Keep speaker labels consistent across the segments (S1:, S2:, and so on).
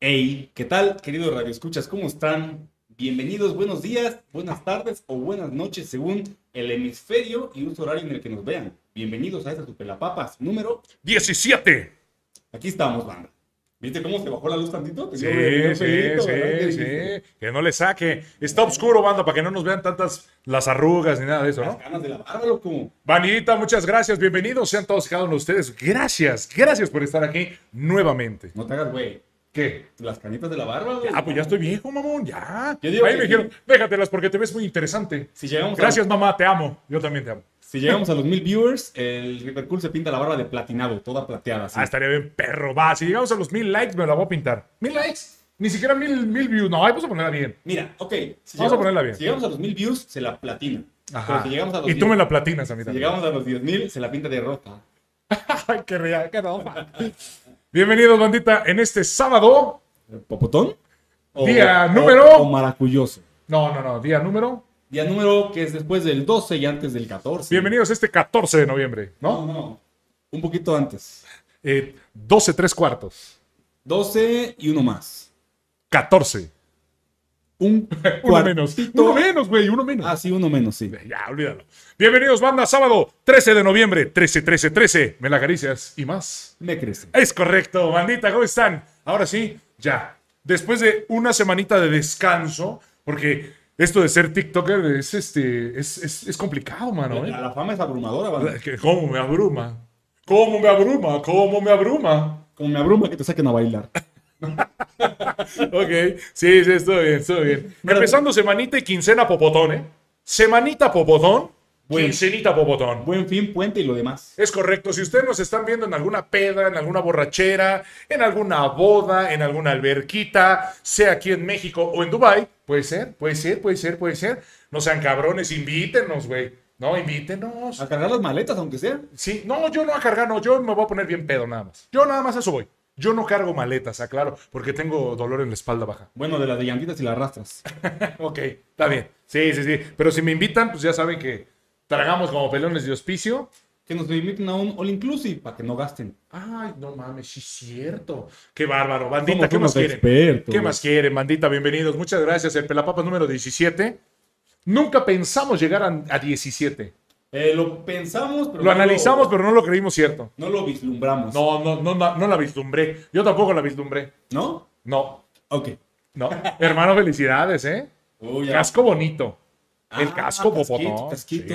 S1: Hey, ¿qué tal, queridos radioescuchas? ¿Cómo están? Bienvenidos, buenos días, buenas tardes o buenas noches según el hemisferio y uso horario en el que nos vean. Bienvenidos a esta Superlapapas número.
S2: 17.
S1: Aquí estamos, banda. ¿Viste cómo se bajó la luz tantito?
S2: Sí,
S1: Tenía un
S2: sí,
S1: pelito, ¿verdad? ¿Qué
S2: sí,
S1: dijiste?
S2: sí. Que no le saque. Está oscuro, banda, para que no nos vean tantas las arrugas ni nada de eso,
S1: Las
S2: ¿no?
S1: ganas de la barba, loco.
S2: Vanita, muchas gracias. Bienvenidos sean todos y cada uno de ustedes. Gracias, gracias por estar aquí nuevamente.
S1: No te hagas, güey.
S2: ¿Qué?
S1: Las canitas de la barba, güey.
S2: Ah, pues ya estoy viejo, mamón, ya.
S1: Yo digo
S2: Ahí
S1: que-
S2: me dijeron, déjatelas porque te ves muy interesante.
S1: Si llegamos,
S2: Gracias, mamá, te amo. Yo también te amo.
S1: A, si llegamos a los mil viewers, el Liverpool se pinta la barba de platinado, toda plateada. así.
S2: Ah, estaría bien, perro. Va, si llegamos a los mil likes, me la voy a pintar. ¿Mil likes? Ni siquiera mil, mil views. No, ahí vamos a ponerla bien.
S1: Mira, ok. Si
S2: Vamos a ponerla bien.
S1: Si llegamos a los mil views, se la platina. Pero
S2: Ajá.
S1: si llegamos a los
S2: y tú
S1: 10,000,
S2: me la platinas a mí
S1: Si
S2: también.
S1: llegamos a los 10.000, se la pinta de roja.
S2: Ay, qué real, qué ropa. Bienvenidos, bandita, en este sábado.
S1: ¿Popotón? O-
S2: Día
S1: o-
S2: número-
S1: O maracuyoso.
S2: No, no, no, día número.
S1: Día número que es después del 12 y antes del 14.
S2: Bienvenidos este 14 de noviembre, ¿no?
S1: No, no. Un poquito antes.
S2: Eh, 12, tres cuartos.
S1: 12 y uno más.
S2: 14.
S1: Un
S2: Uno menos.
S1: cuartito-
S2: Uno menos, güey, uno menos.
S1: Ah, sí, uno menos, sí.
S2: Ya, olvídalo. Bienvenidos, banda, sábado 13 de noviembre, 13, 13, 13. Me la caricias y más.
S1: Me crece.
S2: Es correcto, bandita, ¿cómo están? Ahora sí, ya. Después de una semanita de descanso, porque esto de ser TikToker es, este, es, es- es complicado, mano. ¿eh?
S1: La, la fama es abrumadora, banda.
S2: Que ¿Cómo me abruma? ¿Cómo me abruma? ¿Cómo me abruma?
S1: Como me abruma que te saquen a bailar.
S2: Ok, sí, sí, estoy bien, estoy bien.
S1: Pero-
S2: Empezando semanita y quincena popotón, ¿eh? Semanita popotón,
S1: Buen-
S2: quincenita popotón.
S1: Buen fin, puente y lo demás.
S2: Es correcto, si ustedes nos están viendo en alguna peda, en alguna borrachera, en alguna boda, en alguna alberquita, sea aquí en México o en Dubai, puede ser, puede ser, puede ser, puede ser. No sean cabrones, invítenos, güey. No, invítenos.
S1: A cargar las maletas, aunque sea.
S2: Sí, no, yo no a cargar, no, yo me voy a poner bien pedo nada más. Yo nada más a eso voy. Yo no cargo maletas, aclaro, porque tengo dolor en la espalda baja.
S1: Bueno, de las de llantitas y las rastras.
S2: ok, está bien. Sí, sí, sí. Pero si me invitan, pues ya saben que tragamos como pelones de hospicio.
S1: Que nos limiten a un all inclusive para que no gasten.
S2: Ay, no mames, sí es cierto. Qué bárbaro, bandita,
S1: Somos
S2: ¿qué
S1: unos
S2: más quieren?
S1: expertos.
S2: ¿Qué más quieren, bandita? Bienvenidos, muchas gracias. El Pelapapa número 17. Nunca pensamos llegar a, a 17.
S1: Eh, lo pensamos, pero
S2: Lo
S1: no
S2: analizamos, pero no lo creímos cierto.
S1: No lo vislumbramos.
S2: No, no, no, no, no la vislumbré. Yo tampoco la vislumbré.
S1: ¿No?
S2: No,
S1: Ok.
S2: No, hermano, felicidades, ¿eh?
S1: Uy, ya.
S2: Casco bonito. el
S1: Ah, casquito,
S2: casco bofotón.
S1: casquito,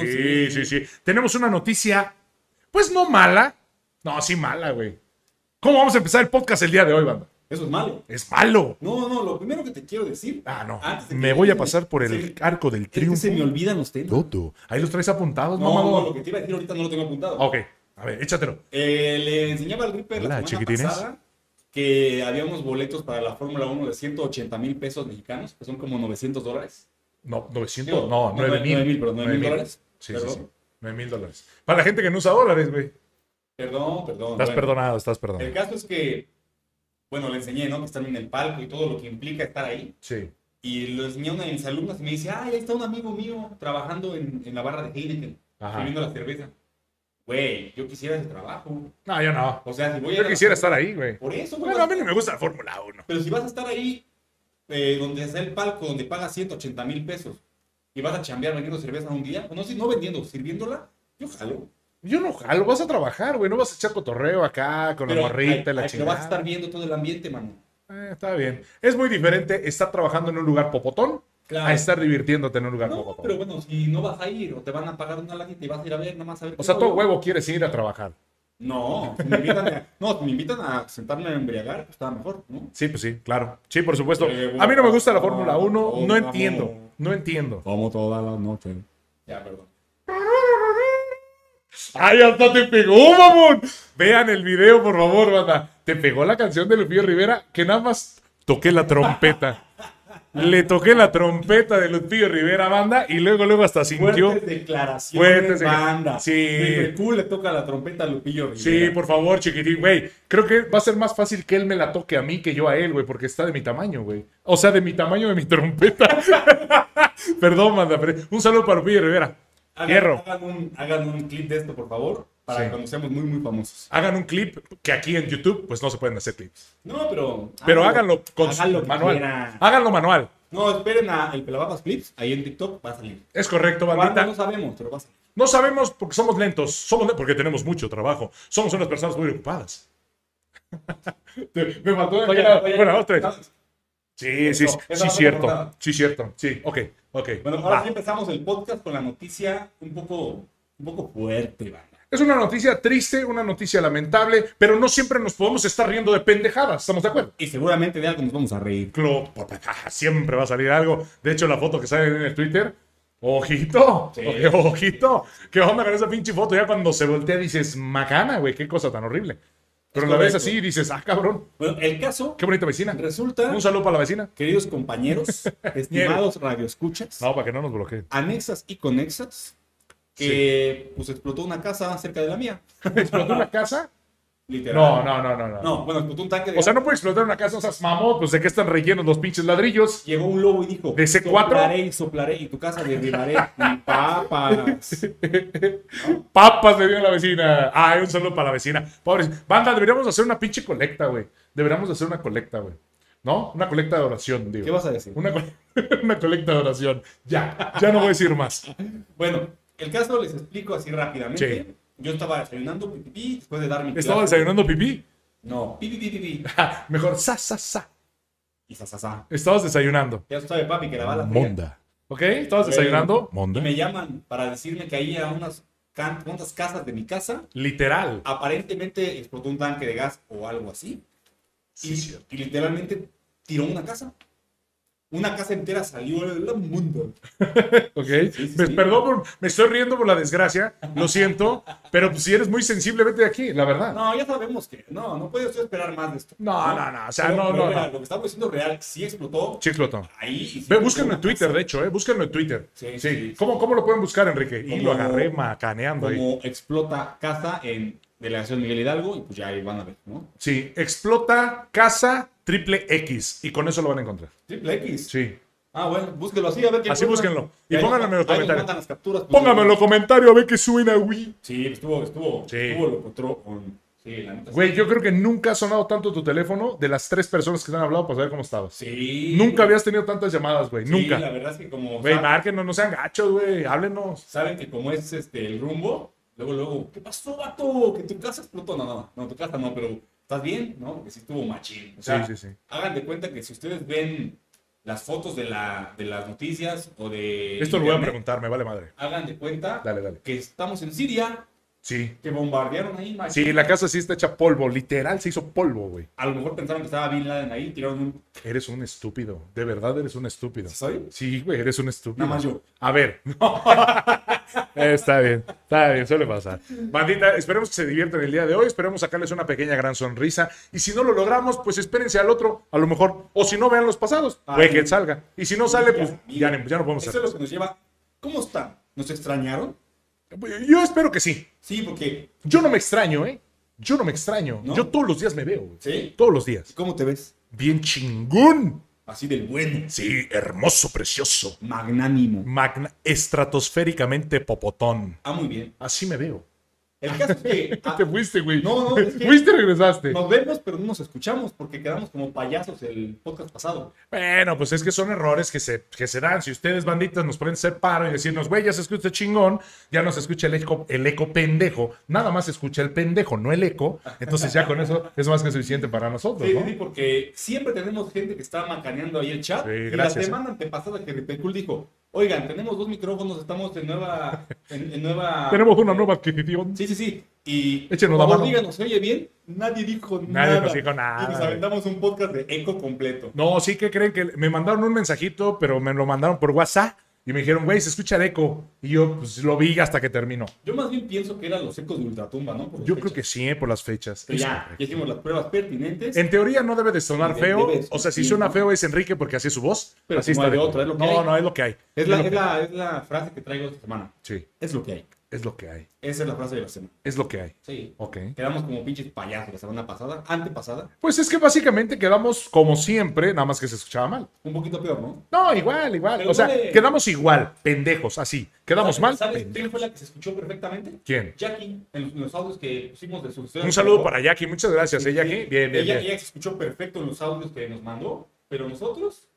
S1: sí.
S2: sí, sí, sí, Tenemos una noticia, pues no mala. No, sí mala, güey. ¿Cómo vamos a empezar el podcast el día de hoy, banda?
S1: Eso es malo.
S2: Es malo.
S1: No, no, lo primero que te quiero decir.
S2: Ah, no.
S1: antes de que-
S2: Me voy a pasar por
S1: Sí.
S2: el arco del
S1: Es que
S2: triunfo.
S1: se me olvidan los temas.
S2: Todo. Ahí los traes apuntados,
S1: No, no,
S2: mamador.
S1: lo que te iba a decir ahorita no lo tengo apuntado.
S2: Ok, a ver, échatelo.
S1: Eh, le enseñaba al Ripper
S2: Hola,
S1: la semana
S2: chiquitines.
S1: pasada que había unos boletos para la Fórmula 1 de 180 mil pesos mexicanos, que son como 900 dólares.
S2: No, 900,
S1: Digo,
S2: no,
S1: no,
S2: 9 mil.
S1: 9,000, perdón, 9,000 dólares.
S2: Sí,
S1: Perdón.
S2: sí, sí. 9 mil dólares. Para la gente que no usa dólares, güey.
S1: Perdón, perdón.
S2: Estás
S1: bueno.
S2: perdonado, estás perdonado.
S1: El caso es que, bueno, le enseñé, ¿no? Que están en el palco y todo lo que implica estar ahí.
S2: Sí.
S1: Y lo enseñé a una de mis alumnas y me dice, ay, ahí está un amigo mío trabajando en, en la barra de Heineken,
S2: Ajá.
S1: sirviendo la cerveza. Güey, yo quisiera ese trabajo.
S2: No, yo no.
S1: O sea, si voy a... ir a
S2: Yo
S1: la-
S2: quisiera estar ahí, güey.
S1: Por eso, güey.
S2: Bueno, a mí no me gusta la Fórmula 1.
S1: Pero si vas a estar ahí, eh, donde está el palco, donde pagas 180 mil pesos, y vas a chambear vendiendo cerveza un día, o no, si no vendiendo, sirviéndola, yo jalo.
S2: Yo no jalo, vas a trabajar, güey. No vas a echar cotorreo acá con la morrita y
S1: ay,
S2: la
S1: ay, pero vas a estar
S2: chingada.
S1: viendo todo el ambiente, mano.
S2: Eh, está bien. Es muy diferente estar trabajando en un lugar popotón
S1: Claro.
S2: a estar divirtiéndote en un lugar
S1: No,
S2: popotón.
S1: pero bueno, si no vas a ir, o te van a pagar una lana y vas a ir a ver, nada más a ver.
S2: O
S1: qué
S2: sea, todo
S1: rollo.
S2: huevo quieres ir a trabajar.
S1: No, si me invitan a, no, si me invitan a sentarme a embriagar, pues está mejor, ¿no?
S2: Sí, pues sí, claro. Sí, por supuesto.
S1: Eh,
S2: A mí no me gusta la Fórmula
S1: no,
S2: 1. No
S1: no.
S2: entiendo. No entiendo.
S1: Como toda la noche. Ya, perdón.
S2: ¡Ay, hasta te pegó, mamón! Vean el video, por favor, banda. Te pegó la canción de Lupillo Rivera, que nada más toqué la trompeta. Le toqué la trompeta de Lupillo Rivera, banda, y luego, luego hasta sintió.
S1: Fuertes declaraciones,
S2: Fuertes de-
S1: banda.
S2: Sí.
S1: cool le toca la trompeta a Lupillo
S2: Sí,
S1: Rivera.
S2: por favor, chiquitín, güey. Creo que va a ser más fácil que él me la toque a mí que yo a él, güey, porque está de mi tamaño, güey. O sea, de mi tamaño, de mi trompeta. Perdón, banda. pero- Un saludo para Lupillo Rivera.
S1: Hagan,
S2: Hierro.
S1: hagan un, hagan un clip de esto, por favor. para
S2: Sí.
S1: cuando seamos muy, muy famosos.
S2: Hagan un clip que aquí en YouTube, pues no se pueden hacer clips.
S1: No, pero.
S2: Pero háganlo con su-
S1: háganlo que
S2: manual.
S1: quieran.
S2: Háganlo manual.
S1: No, esperen a el Pelababas Clips, ahí en TikTok va a salir.
S2: Es correcto,
S1: ¿Cuándo?
S2: bandita.
S1: No sabemos, pero va a salir.
S2: No sabemos porque somos lentos, somos le- porque tenemos mucho trabajo, somos unas personas muy ocupadas. Te- Me faltó
S1: Oye,
S2: era-
S1: oye,
S2: bueno, otra vez.
S1: no,
S2: Sí, sí,
S1: eso,
S2: sí,
S1: eso
S2: sí,
S1: no se
S2: cierto.
S1: cortaba.
S2: Sí, cierto. Sí, ok, ok.
S1: Bueno,
S2: va.
S1: ahora sí empezamos el podcast con la noticia un poco, un poco fuerte, banda.
S2: Es una noticia triste, una noticia lamentable, pero no siempre nos podemos estar riendo de pendejadas, ¿estamos de acuerdo?
S1: Y seguramente de algo nos vamos a reír.
S2: Clo- por- ah, siempre va a salir algo. De hecho, la foto que sale en el Twitter, ojito,
S1: Sí.
S2: oye, ojito. ¿Qué onda con esa pinche foto? Ya cuando se voltea dices, macana, güey, qué cosa tan horrible. Pero
S1: Es
S2: la ves
S1: correcto.
S2: así y dices, ah, cabrón,
S1: Bueno, el caso,
S2: Qué bonita vecina.
S1: resulta,
S2: Un saludo para la vecina.
S1: queridos compañeros, estimados radioescuchas,
S2: No, para que no nos bloquee.
S1: anexas y conexas, que pues explotó una casa cerca de la mía.
S2: ¿Explotó una casa?
S1: Literal.
S2: No, no, no, no, no.
S1: No, bueno, explotó un tanque de
S2: O sea, no puede explotar una casa, o sea, mamón, pues de qué están rellenos los pinches ladrillos.
S1: Llegó un lobo y dijo:
S2: ¿De C4?
S1: Soplaré y soplaré y tu casa derribaré. y papas.
S2: Papas le dio a la vecina. Ay, un saludo para la vecina. Pobres. Banda, deberíamos hacer una pinche colecta, güey. Deberíamos hacer una colecta, güey. ¿No? Una colecta de oración, digo.
S1: ¿Qué vas a decir?
S2: Una, co- una colecta de oración. Ya, ya no voy a decir más.
S1: Bueno, el caso les explico así rápidamente.
S2: Sí.
S1: Yo estaba desayunando pi, pi, pi, después de dar mi
S2: Estaba
S1: clase.
S2: desayunando pipí.
S1: No, pi, pi, pi, pi, pi.
S2: Ja, Mejor, sa, sa, sa.
S1: Y sa, sa, sa.
S2: Estabas desayunando.
S1: Ya sabe, papi, que la bala fría.
S2: Monda. ¿Ok? Estabas desayunando. Monda.
S1: Y me llaman para decirme que ahí a unas can- cuantas casas de mi casa
S2: Literal.
S1: aparentemente explotó un tanque de gas o algo así.
S2: Sí,
S1: y,
S2: cierto.
S1: y literalmente tiró una casa. Una casa entera salió del mundo.
S2: Ok.
S1: sí,
S2: Me-
S1: sí.
S2: Perdón, por- me estoy riendo por la desgracia. Lo siento. Pero pues, si eres muy sensible, vete de aquí, la verdad.
S1: No, ya sabemos que no, no puede usted esperar más de esto.
S2: No, no, no, o sea, no, no,
S1: real,
S2: no.
S1: Lo que estamos diciendo real, sí explotó.
S2: Sí, explotó.
S1: Ahí. y sí
S2: Ve,
S1: explotó
S2: búsquenlo
S1: una
S2: en Twitter,
S1: casa.
S2: de hecho, ¿eh? Búsquenlo en Twitter.
S1: Sí,
S2: Sí.
S1: sí, sí.
S2: ¿Cómo, cómo lo pueden buscar, Enrique? Y
S1: Como-
S2: lo agarré macaneando ahí.
S1: Como explota casa en Delegación Miguel Hidalgo y pues ya ahí van a ver, ¿no?
S2: Sí, explota casa triple X. Y con eso lo van a encontrar.
S1: Triple X.
S2: Sí.
S1: Ah, bueno, búsquelo así, a ver qué
S2: Así
S1: encuentran.
S2: búsquenlo. Y
S1: ahí-
S2: pónganlo en los
S1: ahí nos
S2: comentarios.
S1: mandan las capturas, pues,
S2: Pónganme en
S1: de-
S2: los comentarios a ver qué suena, güey.
S1: Sí, estuvo, estuvo,
S2: Sí.
S1: estuvo, lo encontró con... Sí, la neta. sí.
S2: Güey, yo creo que nunca ha sonado tanto tu teléfono de las tres personas que te han hablado para saber cómo estabas.
S1: Sí.
S2: Nunca habías tenido tantas llamadas, güey.
S1: Sí,
S2: nunca.
S1: la verdad es que como...
S2: Güey,
S1: sa-
S2: márquenos, no sean gachos, güey. Háblenos.
S1: Saben que como es este, el rumbo, luego, luego, ¿qué pasó, vato? Que tu casa explotó. No, no, no, tu casa no, pero ¿estás bien? No, porque sí estuvo machín. O sea,
S2: Sí, sí, sí.
S1: hagan de cuenta que si ustedes ven las fotos de, la, de las noticias o de...
S2: Esto lo voy a
S1: internet,
S2: preguntar, me vale madre.
S1: Hagan de cuenta
S2: Dale, dale.
S1: que estamos en Siria,
S2: Sí.
S1: que bombardearon ahí, machín.
S2: Sí, la casa sí está hecha polvo. Literal, se hizo polvo, güey.
S1: A lo mejor pensaron que estaba Bin Laden ahí, tiraron un...
S2: Eres un estúpido. De verdad eres un estúpido.
S1: ¿Soy?
S2: Sí, güey, eres un estúpido.
S1: Nada más yo.
S2: A ver. Eh, está bien, está bien, suele pasar. Bandita, esperemos que se diviertan el día de hoy. Esperemos sacarles una pequeña gran sonrisa. Y si no lo logramos, pues espérense al otro, a lo mejor. O si no, vean los pasados.
S1: Ah,
S2: Güey,
S1: sí.
S2: que salga. Y si no sale, pues
S1: Mira,
S2: ya, ni- ya no podemos
S1: Eso
S2: hacer.
S1: es lo que nos lleva... ¿Cómo están? ¿Nos extrañaron?
S2: Yo espero que sí.
S1: Sí, porque...
S2: Yo no me extraño, ¿eh? Yo no me extraño.
S1: ¿No?
S2: Yo todos los días me veo, güey.
S1: ¿Sí?
S2: Todos los días.
S1: ¿Cómo te ves?
S2: Bien chingón.
S1: Así del bueno.
S2: Sí, hermoso, precioso.
S1: Magnánimo.
S2: Magna, estratosféricamente popotón.
S1: Ah, muy bien.
S2: Así me veo.
S1: El caso es que ah,
S2: Te fuiste, güey.
S1: No, no, es que-
S2: Fuiste y regresaste.
S1: nos vemos, pero no nos escuchamos porque quedamos como payasos el podcast pasado.
S2: Bueno, pues es que son errores que se, que se dan. Si ustedes, banditas, nos pueden hacer paro y decirnos, güey, ya se escucha chingón, ya nos escucha el eco, el eco pendejo. Nada más se escucha el pendejo, no el eco. Entonces ya con eso es más que suficiente para nosotros,
S1: Sí,
S2: ¿no?
S1: sí, sí, porque siempre tenemos gente que está macaneando ahí el chat.
S2: Sí,
S1: y
S2: gracias,
S1: la
S2: eh.
S1: semana antepasada que Repecul dijo, oigan, tenemos dos micrófonos, estamos en nueva... En, en nueva
S2: Tenemos una nueva adquisición.
S1: Sí, sí, sí. Y
S2: Échenos
S1: por
S2: la
S1: favor,
S2: mano.
S1: díganos, ¿se oye bien? Nadie dijo nada.
S2: Nadie nos dijo nada.
S1: Y nos aventamos un podcast de eco completo.
S2: No, sí que creen que me mandaron un mensajito, pero me lo mandaron por WhatsApp y me dijeron, güey, se escucha el eco. Y yo, pues lo vi hasta que terminó.
S1: Yo más bien pienso que eran los ecos de Ultratumba, ¿no? Por las
S2: Yo creo que
S1: fechas.
S2: sí, eh, por las fechas.
S1: Pero
S2: Es
S1: ya,
S2: correcto.
S1: ya hicimos las pruebas pertinentes.
S2: En teoría no debe de sonar
S1: De-
S2: feo.
S1: debe de-
S2: O sea, si
S1: sí,
S2: suena
S1: ¿no?
S2: feo es Enrique porque así es su voz.
S1: Pero
S2: así
S1: no hay
S2: está
S1: de otra, es lo que
S2: No,
S1: hay.
S2: no, es lo que hay.
S1: Es la,
S2: lo que-
S1: es, la, es la frase que traigo esta semana.
S2: Sí.
S1: Es lo que hay.
S2: Es lo que hay.
S1: Esa es la frase de la semana.
S2: Es lo que hay.
S1: Sí.
S2: Ok.
S1: Quedamos como pinches payasos la semana pasada, antepasada,
S2: Pues es que básicamente quedamos como siempre, nada más que se escuchaba mal.
S1: un poquito peor, ¿no?
S2: No, igual, igual.
S1: Pero
S2: o sea,
S1: huele.
S2: quedamos igual, pendejos, así. Quedamos
S1: ¿Sabes-
S2: mal.
S1: ¿Sabes
S2: pendejos.
S1: quién fue la que se escuchó perfectamente?
S2: ¿Quién?
S1: Jackie, en los, en los audios que pusimos de su
S2: Un saludo para Jackie, muchas gracias, ¿eh, Jackie? Bien, bien,
S1: ella,
S2: bien.
S1: ella se escuchó perfecto en los audios que nos mandó, pero nosotros.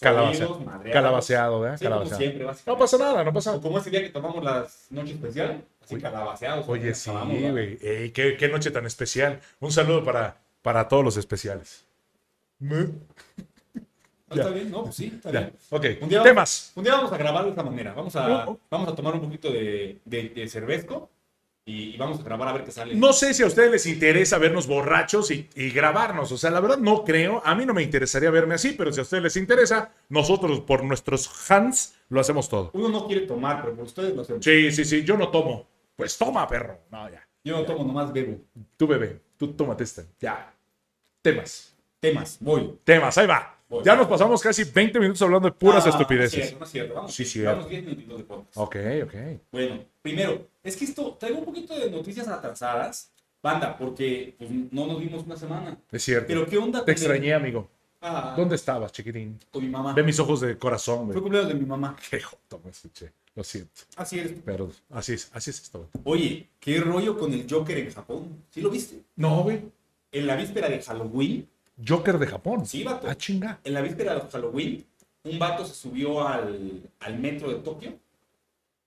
S2: Calabaceado,
S1: jodidos, madreados.
S2: calabaceado, ¿verdad?
S1: Sí, como
S2: Calabaceado.
S1: siempre,
S2: No
S1: básicamente.
S2: pasa nada, no pasa
S1: O
S2: nada.
S1: como ese día que tomamos las noches especiales, así
S2: Oye,
S1: calabaceados.
S2: Oye,
S1: nos
S2: sí,
S1: acabamos, ¿verdad?
S2: güey. Ey, qué, qué noche tan especial. Un saludo para, para todos los especiales. ¿Me?
S1: Ah,
S2: Ya.
S1: Está bien, no, pues sí, está
S2: Ya,
S1: bien.
S2: ok.
S1: Un día-
S2: Temas. Oh,
S1: Un día vamos a grabar de esta manera. Vamos a,
S2: No.
S1: vamos a tomar un poquito de, de, de cervezco y, y vamos a grabar a ver qué sale.
S2: No sé si a ustedes les interesa vernos borrachos y, y grabarnos. O sea, la verdad no creo. A mí no me interesaría verme así, pero si a ustedes les interesa, nosotros por nuestros hands lo hacemos todo.
S1: Uno no quiere tomar, pero por ustedes lo hacen.
S2: Sí, sí, sí. Yo no tomo. Pues toma, perro. No, ya.
S1: Yo no tomo, nomás bebo.
S2: Tú bebé. Tú tómate esta. Ya. Temas.
S1: Temas, voy.
S2: Temas. Ahí va.
S1: Voy.
S2: Ya nos pasamos casi 20 minutos hablando de puras
S1: Ah,
S2: estupideces.
S1: cierto, no es cierto. Vamos,
S2: Sí, cierto.
S1: Vamos 10 minutitos de podcast.
S2: Ok, ok.
S1: Bueno, primero, es que esto, traigo un poquito de noticias atrasadas, banda, porque pues, no nos vimos una semana.
S2: Es cierto.
S1: Pero qué onda
S2: Te
S1: con el-
S2: extrañé, amigo.
S1: Ah,
S2: ¿Dónde estabas, chiquitín?
S1: Con mi mamá.
S2: Ve mis ojos de
S1: Fue
S2: corazón, güey.
S1: cumpleaños de mi mamá.
S2: Qué joto me escuché. Lo siento.
S1: Así es.
S2: Pero así es, así es esto.
S1: Oye, qué rollo con el Joker en Japón. ¿Sí lo viste?
S2: No, güey.
S1: En la víspera de Halloween,
S2: Joker de Japón.
S1: Sí, vato.
S2: Ah, chinga.
S1: en la víspera de Halloween, un vato se subió al, al metro de Tokio,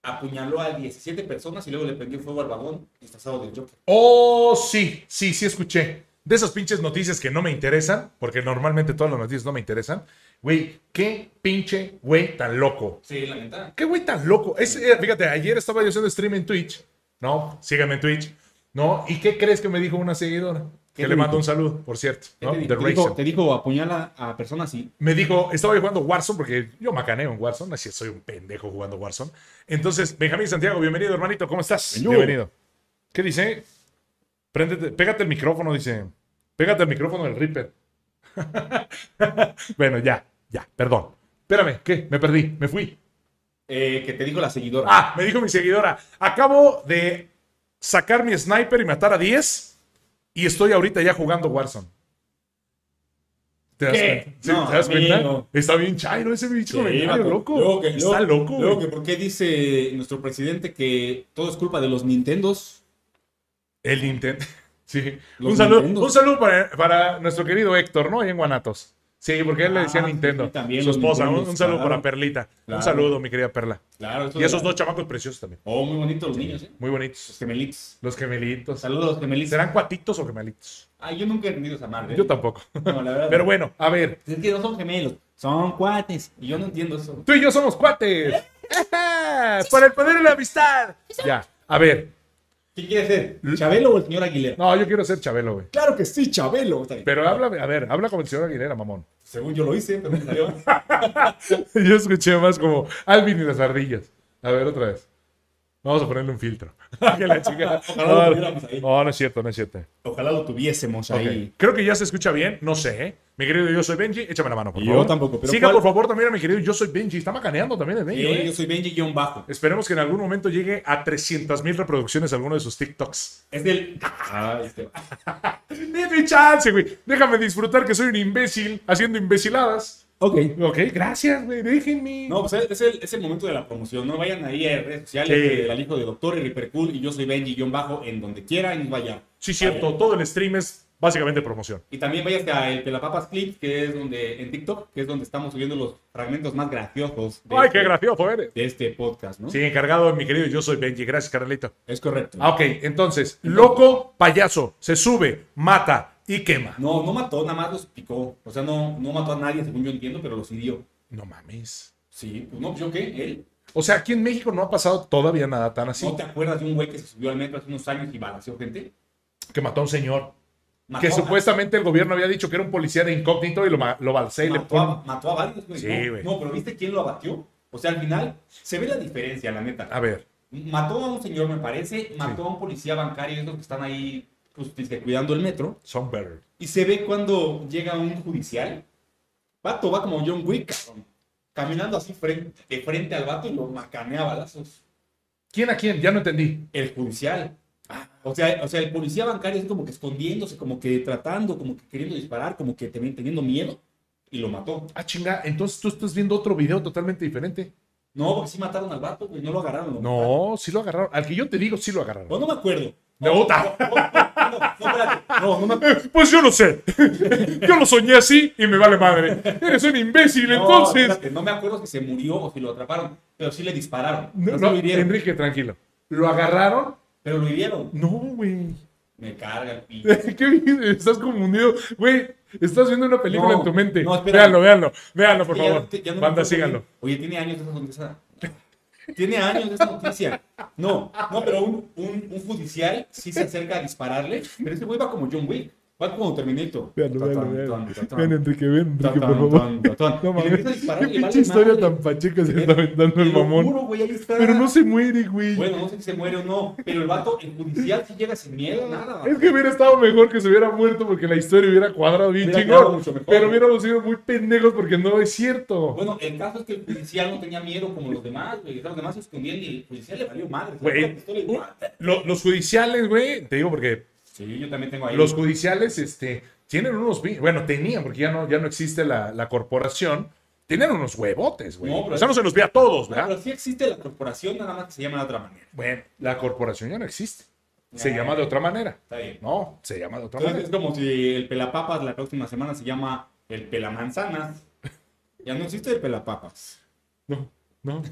S1: apuñaló a 17 personas y luego le prendió fuego al vagón disfrazado del Joker.
S2: Oh, sí, sí, sí escuché. De esas pinches noticias que no me interesan, porque normalmente todas las noticias no me interesan. Güey, qué pinche güey tan loco.
S1: Sí, la neta.
S2: Qué güey tan loco. Es, eh, fíjate, ayer estaba yo haciendo stream en Twitch. No, síganme en Twitch. No, ¿y qué crees que me dijo una seguidora?
S1: ¿Qué te
S2: Que le
S1: dijo?
S2: mando un saludo, por cierto.
S1: ¿Qué
S2: ¿no?
S1: te,
S2: The
S1: dijo, te, dijo,
S2: Raisin.
S1: te dijo, apuñala a personas y
S2: me dijo, estaba yo jugando Warzone, porque yo macaneo en Warzone, así es, soy un pendejo jugando Warzone. Entonces, Benjamín Santiago, bienvenido, hermanito, ¿cómo estás?
S1: Bienvenido.
S2: Bienvenido. ¿Qué dice? Préndete, pégate el micrófono, dice. Pégate el micrófono del Reaper. bueno, ya, ya, perdón. Espérame, ¿qué? Me perdí, me fui.
S1: eh, que te dijo la seguidora.
S2: Ah, me dijo mi seguidora, acabo de sacar mi sniper y matar a 10 y estoy ahorita ya jugando Warzone. ¿Te das
S1: ¿Qué?
S2: cuenta? Sí,
S1: No,
S2: ¿te das cuenta?
S1: amigo.
S2: Está bien chairo ese bicho,
S1: Sí,
S2: comentario,
S1: vato.
S2: loco.
S1: Luego que-
S2: Está
S1: luego-
S2: loco.
S1: Luego
S2: güey.
S1: que, ¿Por qué dice nuestro presidente que todo es culpa de los Nintendos?
S2: El Nintendo. Sí.
S1: Los
S2: Un saludo,
S1: Nintendo.
S2: un saludo para, para nuestro querido Héctor, ¿no? Ahí en Guanatos. Sí, porque él le
S1: Ah,
S2: decía
S1: sí,
S2: Nintendo.
S1: sí, también
S2: su
S1: los
S2: esposa. Un,
S1: Nintendos,
S2: un saludo
S1: claro.
S2: para Perlita.
S1: Claro.
S2: Un saludo, mi querida Perla.
S1: Claro. eso
S2: Y
S1: de-
S2: esos dos chamacos preciosos también.
S1: Oh, muy bonitos los niños, ¿eh?
S2: Muy
S1: Los
S2: bonitos.
S1: gemelitos.
S2: Los gemelitos.
S1: Saludos a los gemelitos.
S2: ¿Serán cuatitos o gemelitos?
S1: Ah, yo nunca he entendido esa madre. ¿eh?
S2: Yo tampoco.
S1: No, la verdad.
S2: Pero bueno, a ver.
S1: Es que no son gemelos, son cuates. Y yo no entiendo eso.
S2: Tú y yo somos cuates. Ejá, Por el poder de la amistad. Ya. A ver.
S1: ¿Qué quiere ser? ¿Chabelo o el señor Aguilera?
S2: No, yo quiero ser Chabelo, güey.
S1: Claro que sí, Chabelo. Está bien.
S2: Pero háblame, a ver, habla como el señor Aguilera, mamón.
S1: Según yo lo hice, pero me salió.
S2: Yo escuché más como Alvin y las ardillas. A ver, otra vez. Vamos a ponerle un filtro. Que la chingada.
S1: Ojalá lo tuviéramos ahí.
S2: no, no, no es cierto, no es cierto.
S1: Ojalá lo tuviésemos
S2: Ok.
S1: ahí.
S2: Creo que ya se escucha bien, no sé. ¿eh? Mi querido Yo Soy Benji, échame la mano, por
S1: Yo
S2: favor.
S1: tampoco, pero
S2: Siga,
S1: ¿cuál?
S2: por favor, también a mi querido Yo Soy Benji. Está macaneando también el Benji.
S1: Eh,
S2: ¿eh?
S1: yo soy Benji-Bajo.
S2: Esperemos que en algún momento llegue a 300.000 reproducciones alguno de sus TikToks.
S1: Es del. Ah, este.
S2: Dime chance, güey. Déjame disfrutar que soy un imbécil haciendo imbeciladas.
S1: Ok.
S2: Ok, gracias, güey. Déjenme.
S1: No, pues es es el, es el momento de la promoción. No vayan ahí a redes sociales
S2: Sí.
S1: eh, al hijo de Doctor y Ripercool y yo soy Benji-Bajo en donde quiera y vaya.
S2: sí, cierto. Todo el stream es básicamente promoción.
S1: Y también váyase a el Pelapapas Clip, que es donde, en TikTok, que es donde estamos subiendo los fragmentos más graciosos de,
S2: Ay,
S1: este,
S2: qué gracioso eres.
S1: de este podcast, ¿no?
S2: Sí, encargado, mi querido. Yo soy Benji. Gracias, Carlito.
S1: Es correcto.
S2: Ah, ok, entonces, loco payaso se sube, mata y quema.
S1: No, no mató, nada más los picó. O sea, no, no mató a nadie, según yo entiendo, pero los hirió.
S2: No mames.
S1: Sí, pues no, pues yo qué, él.
S2: O sea, aquí en México no ha pasado todavía nada tan así.
S1: ¿No te acuerdas de un güey que se subió al metro hace unos años y balació gente?
S2: Que mató a un señor.
S1: Mató
S2: Que
S1: a-
S2: supuestamente el gobierno había dicho que era un policía de incógnito y lo, ma- lo balsé y le
S1: mató,
S2: pon-
S1: a, mató a varios, güey.
S2: Sí,
S1: no,
S2: güey.
S1: no, pero ¿viste quién lo abatió? O sea, al final se ve la diferencia, la neta.
S2: A ver,
S1: Mató a un señor, me parece, mató a un policía bancario, esos que están ahí, pues, dice, cuidando el metro.
S2: son better.
S1: Y se ve cuando llega un judicial. Vato va como John Wick, cabrón, Caminando así frente, de frente al vato y lo macanea a balazos.
S2: ¿Quién a quién? Ya no entendí.
S1: El judicial. O sea, o sea, el policía bancario es como que escondiéndose, como que tratando, como que queriendo disparar, como que también teniendo miedo. Y lo mató.
S2: Ah, chinga, entonces tú estás viendo otro video totalmente diferente.
S1: No, porque sí mataron al vato, güey. No lo agarraron. lo mataron.
S2: No, sí lo agarraron. Al que yo te digo, sí lo agarraron.
S1: No, no me acuerdo.
S2: Me gusta.
S1: No, no, no, no, espérate. No, no me acuerdo.
S2: Pues yo no sé. Yo lo soñé así y me vale madre. Eres un imbécil,
S1: No,
S2: entonces.
S1: espérate, no me acuerdo si se murió o si lo atraparon, pero sí le dispararon.
S2: No,
S1: No,
S2: no,
S1: se lo hirieron,
S2: Enrique, tranquilo. ¿Lo agarraron?
S1: pero lo hirieron.
S2: No, güey.
S1: Me carga el pinche.
S2: ¿Qué bien? Estás confundido. Güey, estás viendo una película
S1: No,
S2: en tu mente.
S1: no, espera.
S2: véanlo, véanlo. Véanlo, por
S1: Es que ya-
S2: favor.
S1: te- ya no me
S2: Banda,
S1: acuerdo
S2: síganlo.
S1: bien. Oye, tiene años esa noticia. Tiene años esa noticia. No, no, pero un, un, un judicial sí se acerca a dispararle, pero ese güey va como John Wick. Va como Terminator.
S2: Véanlo, véanlo,
S1: Tatán,
S2: véanlo.
S1: tatán, tatán.
S2: Ven, Enrique, ven, Enrique,
S1: Tatán,
S2: por favor.
S1: tatán, tatán.
S2: No
S1: Y le
S2: mames.
S1: empieza a disparar,
S2: Qué
S1: le vale
S2: pinche historia
S1: madre.
S2: tan pacheca se está aventando
S1: Te
S2: el
S1: lo
S2: mamón.
S1: juro, güey, ahí está.
S2: Pero no se muere, güey.
S1: Bueno, no sé si se muere o no, pero el vato, el judicial sí llega sin miedo, nada.
S2: Es que hubiera estado mejor que se hubiera muerto porque la historia hubiera cuadrado bien
S1: Hubiera
S2: chingón.
S1: quedado mucho mejor.
S2: Pero hubiéramos sido muy pendejos porque no es cierto.
S1: Bueno, el caso es que el judicial no tenía miedo como los demás, güey. Los demás se escondían y el judicial le valió madre.
S2: Güey.
S1: sacó
S2: Uh.
S1: la pistola y ¡guau!
S2: Lo- los judiciales, güey, te digo porque
S1: Sí, yo también tengo ahí.
S2: los judiciales este, tienen unos. vi- Bueno, tenían, porque ya no, ya no existe la, la corporación. Tenían unos huevotes, güey.
S1: No, pero-
S2: o sea, no se los ve a todos,
S1: No,
S2: ¿verdad?
S1: pero sí existe la corporación, nada más que se llama de otra manera.
S2: Bueno, la corporación ya no existe. Se
S1: Ah.
S2: llama de otra manera.
S1: Está bien.
S2: No, se llama de otra
S1: Entonces es
S2: manera.
S1: como si el pelapapas la próxima semana se llama el pelamanzanas. Ya no existe el pelapapas.
S2: No, no.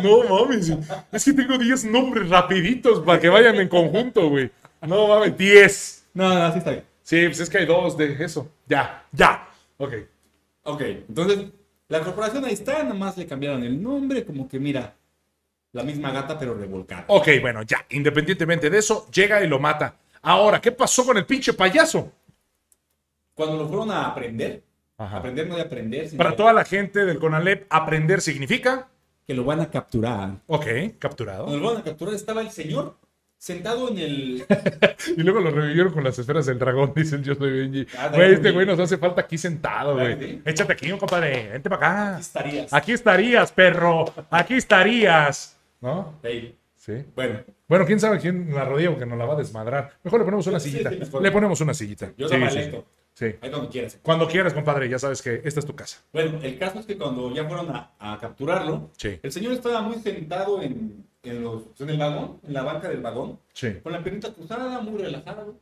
S2: No mames. Es que tengo 10 nombres rapiditos para que vayan en conjunto, güey. No mames, 10.
S1: No, no, sí está bien.
S2: Sí, pues es que hay dos de eso. Ya, ya. Ok.
S1: Ok, entonces la corporación ahí está, nada más le cambiaron el nombre, como que mira, la misma gata pero revolcada.
S2: Ok, bueno, ya. Independientemente de eso, llega y lo mata. Ahora, ¿qué pasó con el pinche payaso?
S1: Cuando lo fueron a aprender, aprender no de aprender, sino
S2: Para toda la gente del CONALEP, aprender significa.
S1: que lo van a capturar.
S2: Ok, capturado.
S1: Cuando lo van a capturar estaba el señor sentado en el...
S2: Y luego lo revivieron con las esferas del dragón, dicen yo soy Benji.
S1: Ah,
S2: Güey, este
S1: Benji.
S2: güey nos hace falta aquí sentado,
S1: Claro,
S2: güey.
S1: sí.
S2: Échate aquí, compadre. Vente para acá.
S1: estarías.
S2: Aquí estarías, perro. Aquí estarías. ¿No?
S1: Ahí.
S2: Sí.
S1: Bueno,
S2: Bueno, quién sabe quién la rodilla o que nos la va a desmadrar. Mejor le ponemos una
S1: Sí,
S2: sillita.
S1: sí, mejor.
S2: Le ponemos una sillita.
S1: yo
S2: Sí,
S1: lo
S2: sí,
S1: manejo.
S2: sí. Sí.
S1: Ahí cuando quieras.
S2: Cuando quieras, compadre, ya sabes que esta es tu casa.
S1: Bueno, el caso es que cuando ya fueron a, a capturarlo,
S2: Sí.
S1: el señor estaba muy sentado en, en los- en el vagón, en la banca del vagón,
S2: Sí.
S1: con la pierna cruzada, muy relajado,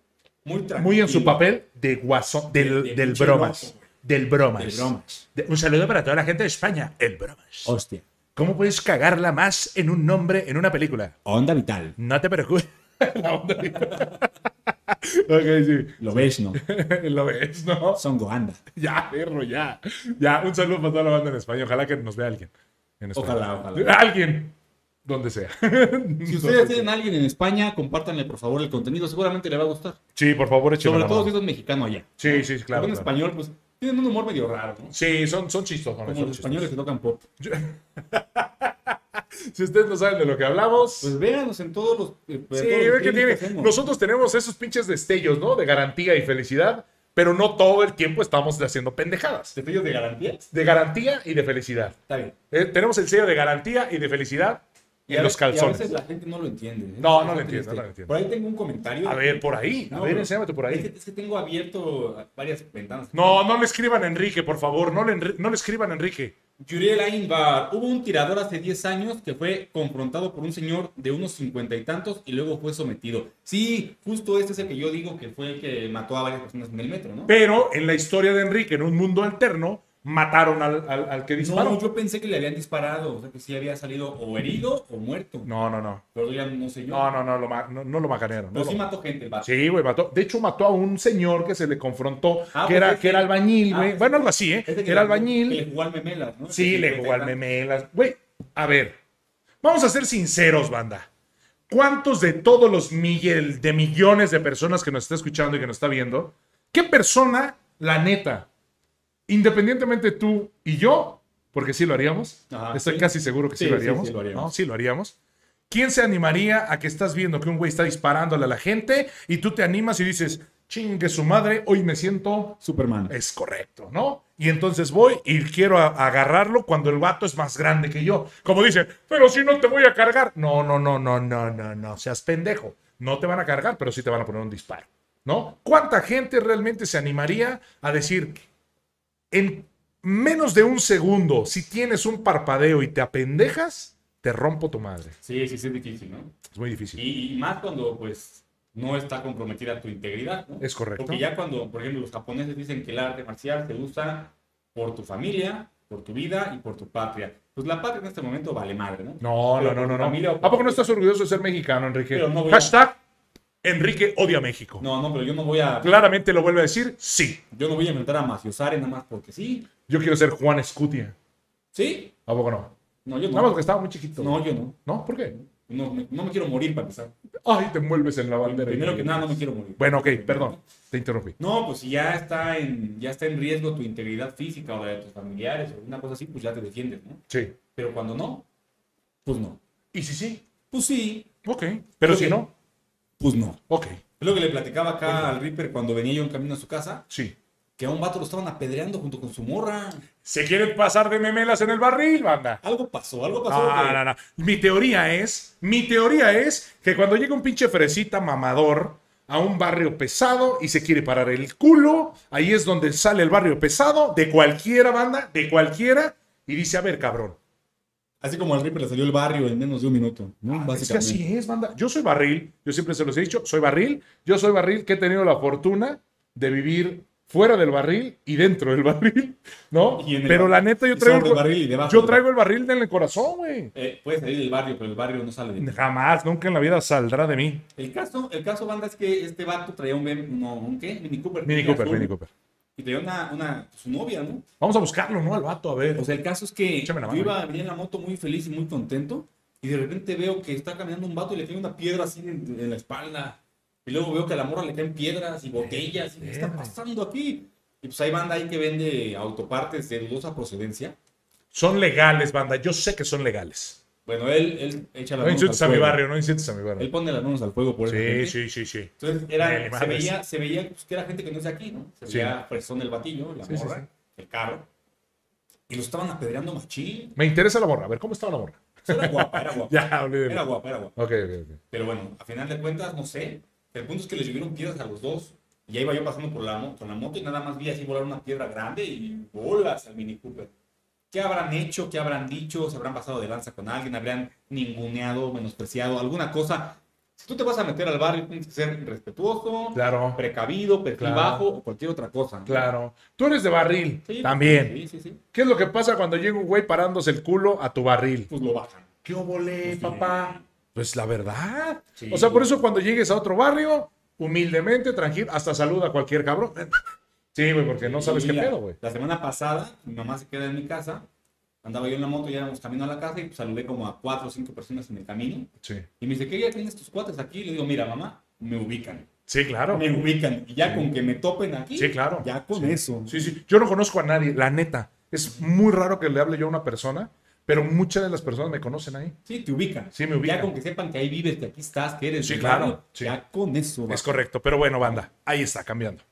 S1: muy tranquilo.
S2: Muy en su papel de guasón, del,
S1: De- de
S2: del
S1: pinche
S2: bromas.
S1: loco, güey.
S2: Del bromas.
S1: Del bromas.
S2: De- un saludo para toda la gente de España. El bromas.
S1: Hostia,
S2: ¿Cómo puedes cagarla más en un nombre, en una película?
S1: onda vital,
S2: No te preocupes. La onda. ok, sí.
S1: lo ves, ¿no?
S2: Lo ves, ¿no?
S1: Songo, anda.
S2: Ya, perro, ya. Ya, un saludo para toda la banda en España. Ojalá que nos vea alguien. en España.
S1: Ojalá, ojalá.
S2: Alguien. Donde sea.
S1: Si ustedes tienen a alguien en España, compártanle por favor el contenido, seguramente le va a gustar.
S2: Sí, por favor, échenme
S1: Sobre
S2: la
S1: todo
S2: mano.
S1: si es mexicano allá.
S2: Sí, sí, sí, claro.
S1: Porque en
S2: claro.
S1: español, pues, tienen un humor medio raro, ¿no?
S2: Sí, son, son chistosos.
S1: Como los españoles que tocan pop.
S2: Si ustedes no saben de lo que hablamos.
S1: Pues véanos en todos los... eh, todos los
S2: Sí, ve que
S1: streams
S2: tiene.
S1: hacemos.
S2: Nosotros tenemos esos pinches destellos, ¿no? De garantía y felicidad, pero no todo el tiempo estamos haciendo pendejadas.
S1: ¿Detalles de garantías?
S2: De garantía y de felicidad.
S1: Está bien.
S2: Eh, tenemos el sello de garantía y de felicidad
S1: Y
S2: en
S1: a
S2: los
S1: ve-
S2: calzones.
S1: Y a veces la gente no lo entiende. ¿eh? Eso
S2: No, no lo
S1: es
S2: entiende,
S1: triste.
S2: no lo entiende.
S1: Por ahí tengo un comentario.
S2: A ver, por ahí. A
S1: No,
S2: ver,
S1: pero-
S2: enséñame por
S1: Es
S2: ahí.
S1: que, es que tengo abierto varias ventanas.
S2: No, no le escriban a Enrique, por favor. No le, enri- no le escriban a Enrique.
S1: Yuriel Ainbar. Hubo un tirador hace 10 años que fue confrontado por un señor de unos cincuenta y tantos y luego fue sometido. Sí, justo este es el que yo digo que fue el que mató a varias personas en el metro, ¿no?
S2: Pero en la historia de Enrique, en un mundo alterno, mataron al, al- al que disparó.
S1: No, yo pensé que le habían disparado, o sea que sí había salido o herido o muerto.
S2: No, no, no.
S1: Pero ya no sé yo.
S2: No, no, no, lo ma- no, no lo macanearon. no
S1: Pero
S2: lo-
S1: sí mató gente el vato.
S2: Sí, güey, mató. De hecho, mató a un señor que se le confrontó,
S1: Ah,
S2: que,
S1: pues
S2: era,
S1: ese-
S2: que era albañil,
S1: ah,
S2: güey.
S1: pues
S2: bueno, algo así, ¿eh?
S1: Ese que
S2: era
S1: le- que
S2: albañil.
S1: Le jugó al memelas, ¿no? Este
S2: Sí, le jugó al
S1: memelas.
S2: memelas. Güey, a ver. Vamos a ser sinceros, banda. ¿Cuántos de todos los mille- de millones de personas que nos está escuchando y que nos está viendo, qué persona, la neta, independientemente tú y yo, porque sí lo haríamos,
S1: Ajá,
S2: estoy
S1: sí.
S2: casi seguro que sí,
S1: Sí,
S2: lo
S1: sí,
S2: haríamos,
S1: sí lo haríamos.
S2: ¿no? Sí lo haríamos. ¿Quién se animaría a que estás viendo que un güey está disparándole a la gente y tú te animas y dices, chingue su madre, hoy me siento
S1: Superman.
S2: es correcto, ¿no? Y entonces voy y quiero a- agarrarlo cuando el vato es más grande que yo. Como dice, pero si no te voy a cargar. No, no, no, no, no, no, no, seas pendejo. No te van a cargar, pero sí te van a poner un disparo, ¿no? ¿Cuánta gente realmente se animaría a decir, en menos de un segundo, si tienes un parpadeo y te apendejas, te rompo tu madre?
S1: Sí, sí, sí, es difícil, ¿no?
S2: Es muy difícil.
S1: Y, y más cuando, pues, no está comprometida tu integridad, ¿no?
S2: Es correcto.
S1: Porque ya cuando, por ejemplo, los japoneses dicen que el arte marcial se usa por tu familia, por tu vida y por tu patria. Pues la patria en este momento vale madre, ¿no?
S2: No, no,
S1: Pero
S2: no, no.
S1: por
S2: no.
S1: familia o por-
S2: ¿A poco no estás orgulloso de ser mexicano, Enrique?
S1: Pero no voy a-
S2: Hashtag Enrique odia México.
S1: No, no, pero yo no voy a,
S2: Claramente lo vuelve a decir, sí.
S1: yo no voy a enfrentar a Maciosare nada más porque sí.
S2: Yo quiero ser Juan Escutia.
S1: ¿Sí?
S2: ¿A poco no?
S1: No, yo
S2: Nada más
S1: no.
S2: que estaba muy chiquito.
S1: No, yo no.
S2: ¿No? ¿Por qué?
S1: No, me- no me quiero morir para empezar.
S2: Ay, te envuelves en la bandera.
S1: Primero que nada, no me quiero morir.
S2: Bueno, ok, perdón. Te interrumpí.
S1: No, pues si ya está en, ya está en riesgo tu integridad física o la de tus familiares o una cosa así, pues ya te defiendes, ¿no?
S2: Sí.
S1: Pero cuando no, pues no.
S2: ¿Y si sí?
S1: Pues sí,
S2: Ok. Pero
S1: Ok.
S2: si no,
S1: pues no.
S2: ok.
S1: Es lo que le platicaba acá al Reaper cuando venía yo en camino a su casa,
S2: Sí.
S1: que a un vato lo estaban apedreando junto con su morra.
S2: ¿Se quieren pasar de memelas en el barril, banda?
S1: Algo pasó, algo pasó.
S2: Ah,
S1: que-
S2: no, no. Mi teoría es, mi teoría es que cuando llega un pinche fresita mamador a un barrio pesado y se quiere parar el culo, ahí es donde sale el barrio pesado de cualquiera banda, de cualquiera, y dice, a ver, cabrón,
S1: Así como al Reaper le salió el barrio en menos de un minuto, ¿no?
S2: Ah, es que
S1: Básicamente.
S2: así es, banda. Yo soy barril, yo siempre se los he dicho, soy barril, yo soy barril que he tenido la fortuna de vivir fuera del barril y dentro del barril, ¿no?
S1: Y en el-
S2: Pero la neta, yo
S1: y
S2: traigo,
S1: sobre
S2: el,
S1: el barril y debajo.
S2: yo traigo el barril en el corazón, güey.
S1: Eh, puede salir del barrio, pero el barrio no sale de
S2: Jamás, nunca en la vida saldrá de mí.
S1: El caso, el caso, banda, es que este vato traía un, BM no, ¿un qué? Mini Cooper.
S2: Mini Cooper,
S1: azul.
S2: Mini Cooper.
S1: Y traía una, una, su novia, ¿no?
S2: Vamos a buscarlo, ¿no? Al vato, a ver.
S1: O sea, el caso es que
S2: Échame la
S1: yo
S2: mano,
S1: iba a venir en la moto muy feliz y muy contento. Y de repente veo que está caminando un vato y le cae una piedra así en, en la espalda. Y luego veo que a la morra le caen piedras y botellas. Y, ¿Qué está
S2: Verga.
S1: pasando aquí? Y pues hay banda ahí que vende autopartes de dudosa procedencia.
S2: son legales, banda. Yo sé que son legales.
S1: Bueno, él, él echa las manos
S2: No
S1: al
S2: insultes a mi
S1: fuego.
S2: barrio, no insultes a mi
S1: Él
S2: barrio.
S1: pone las manos al fuego por esa
S2: Sí,
S1: gente.
S2: sí, sí, sí.
S1: Entonces
S2: Dale,
S1: era, se,
S2: madres.
S1: veía, se veía pues, que era gente que no es de aquí, ¿no? Se
S2: Sí.
S1: veía fresón el batillo, la
S2: Sí, sí,
S1: morra,
S2: sí.
S1: el carro. Y lo estaban apedreando machín. Pues,
S2: Me interesa la morra. A ver, ¿cómo estaba la morra?
S1: Era guapa, era guapa.
S2: Ya, olvídelo.
S1: Era guapa, era guapa.
S2: Ok, ok, ok.
S1: Pero bueno, a final de cuentas, no sé. El punto es que les llovieron piedras a los dos. Y ahí iba yo pasando por la, mo- con la moto y nada más vi así volar una piedra grande y bolas al Mini Cooper. ¿Qué habrán hecho? ¿Qué habrán dicho? ¿Se habrán pasado de lanza con alguien? ¿Habrían ninguneado, menospreciado? ¿Alguna cosa? Si tú te vas a meter al barrio, tienes que ser respetuoso,
S2: Claro,
S1: precavido, perfil
S2: Claro.
S1: bajo o cualquier otra cosa. ¿no?
S2: claro. Tú eres de barril
S1: Sí,
S2: también.
S1: Sí, sí, sí.
S2: ¿Qué es lo que pasa cuando llega un güey parándose el culo a tu barril?
S1: Pues lo bajan.
S2: ¿Qué óvole,
S1: Sí.
S2: papá? Pues la verdad.
S1: Sí.
S2: O sea, por eso cuando llegues a otro barrio, humildemente, tranquilo, hasta saluda a cualquier cabrón. Sí, güey, porque no sabes
S1: Y
S2: qué
S1: la-
S2: pedo, güey.
S1: La semana pasada, mi mamá se queda en mi casa. Andaba yo en la moto, ya íbamos camino a la casa y pues, saludé como a cuatro o cinco personas en el camino.
S2: Sí.
S1: Y me dice, ¿qué ya tienes tus cuates aquí? Y le digo, mira, mamá, me ubican.
S2: Sí, claro.
S1: Me ubican. Y ya con que me topen aquí,
S2: Sí, claro.
S1: ya con
S2: Sí.
S1: eso.
S2: Sí, sí. Yo no conozco a nadie, la neta. Es muy raro que le hable yo a una persona, pero muchas de las personas me conocen ahí.
S1: Sí, te ubican.
S2: Sí, me ubican.
S1: Ya con que sepan que ahí vives, que aquí estás, que eres.
S2: Sí,
S1: del
S2: claro.
S1: barrio,
S2: Sí.
S1: Ya con eso. va.
S2: Es correcto, pero bueno, banda, ahí está cambiando.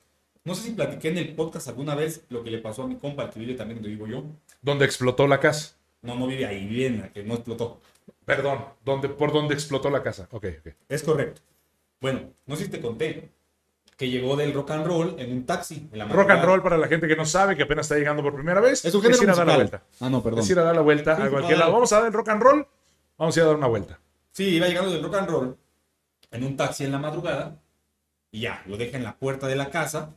S1: No sé si platiqué en el podcast alguna vez lo que le pasó a mi compa, el que vive también donde vivo yo.
S2: Donde explotó la casa.
S1: No, no vive ahí, vive en la que no explotó.
S2: Perdón, donde, por donde explotó la casa. Ok, ok.
S1: Es correcto. Bueno, no sé si te conté que llegó del rock and roll en un taxi. en la
S2: Rock and
S1: madrugada.
S2: roll para la gente que no sabe, que apenas está llegando por primera vez.
S1: Es un género
S2: ir a dar la
S1: musical.
S2: vuelta.
S1: Ah, no, perdón.
S2: Es ir a dar la vuelta
S1: Sí,
S2: a
S1: sí,
S2: cualquier
S1: para-
S2: lado. Vamos a dar el rock and roll. Vamos a ir a dar una vuelta.
S1: Sí, iba llegando del rock and roll en un taxi en la madrugada y ya, lo deja en la puerta de la casa.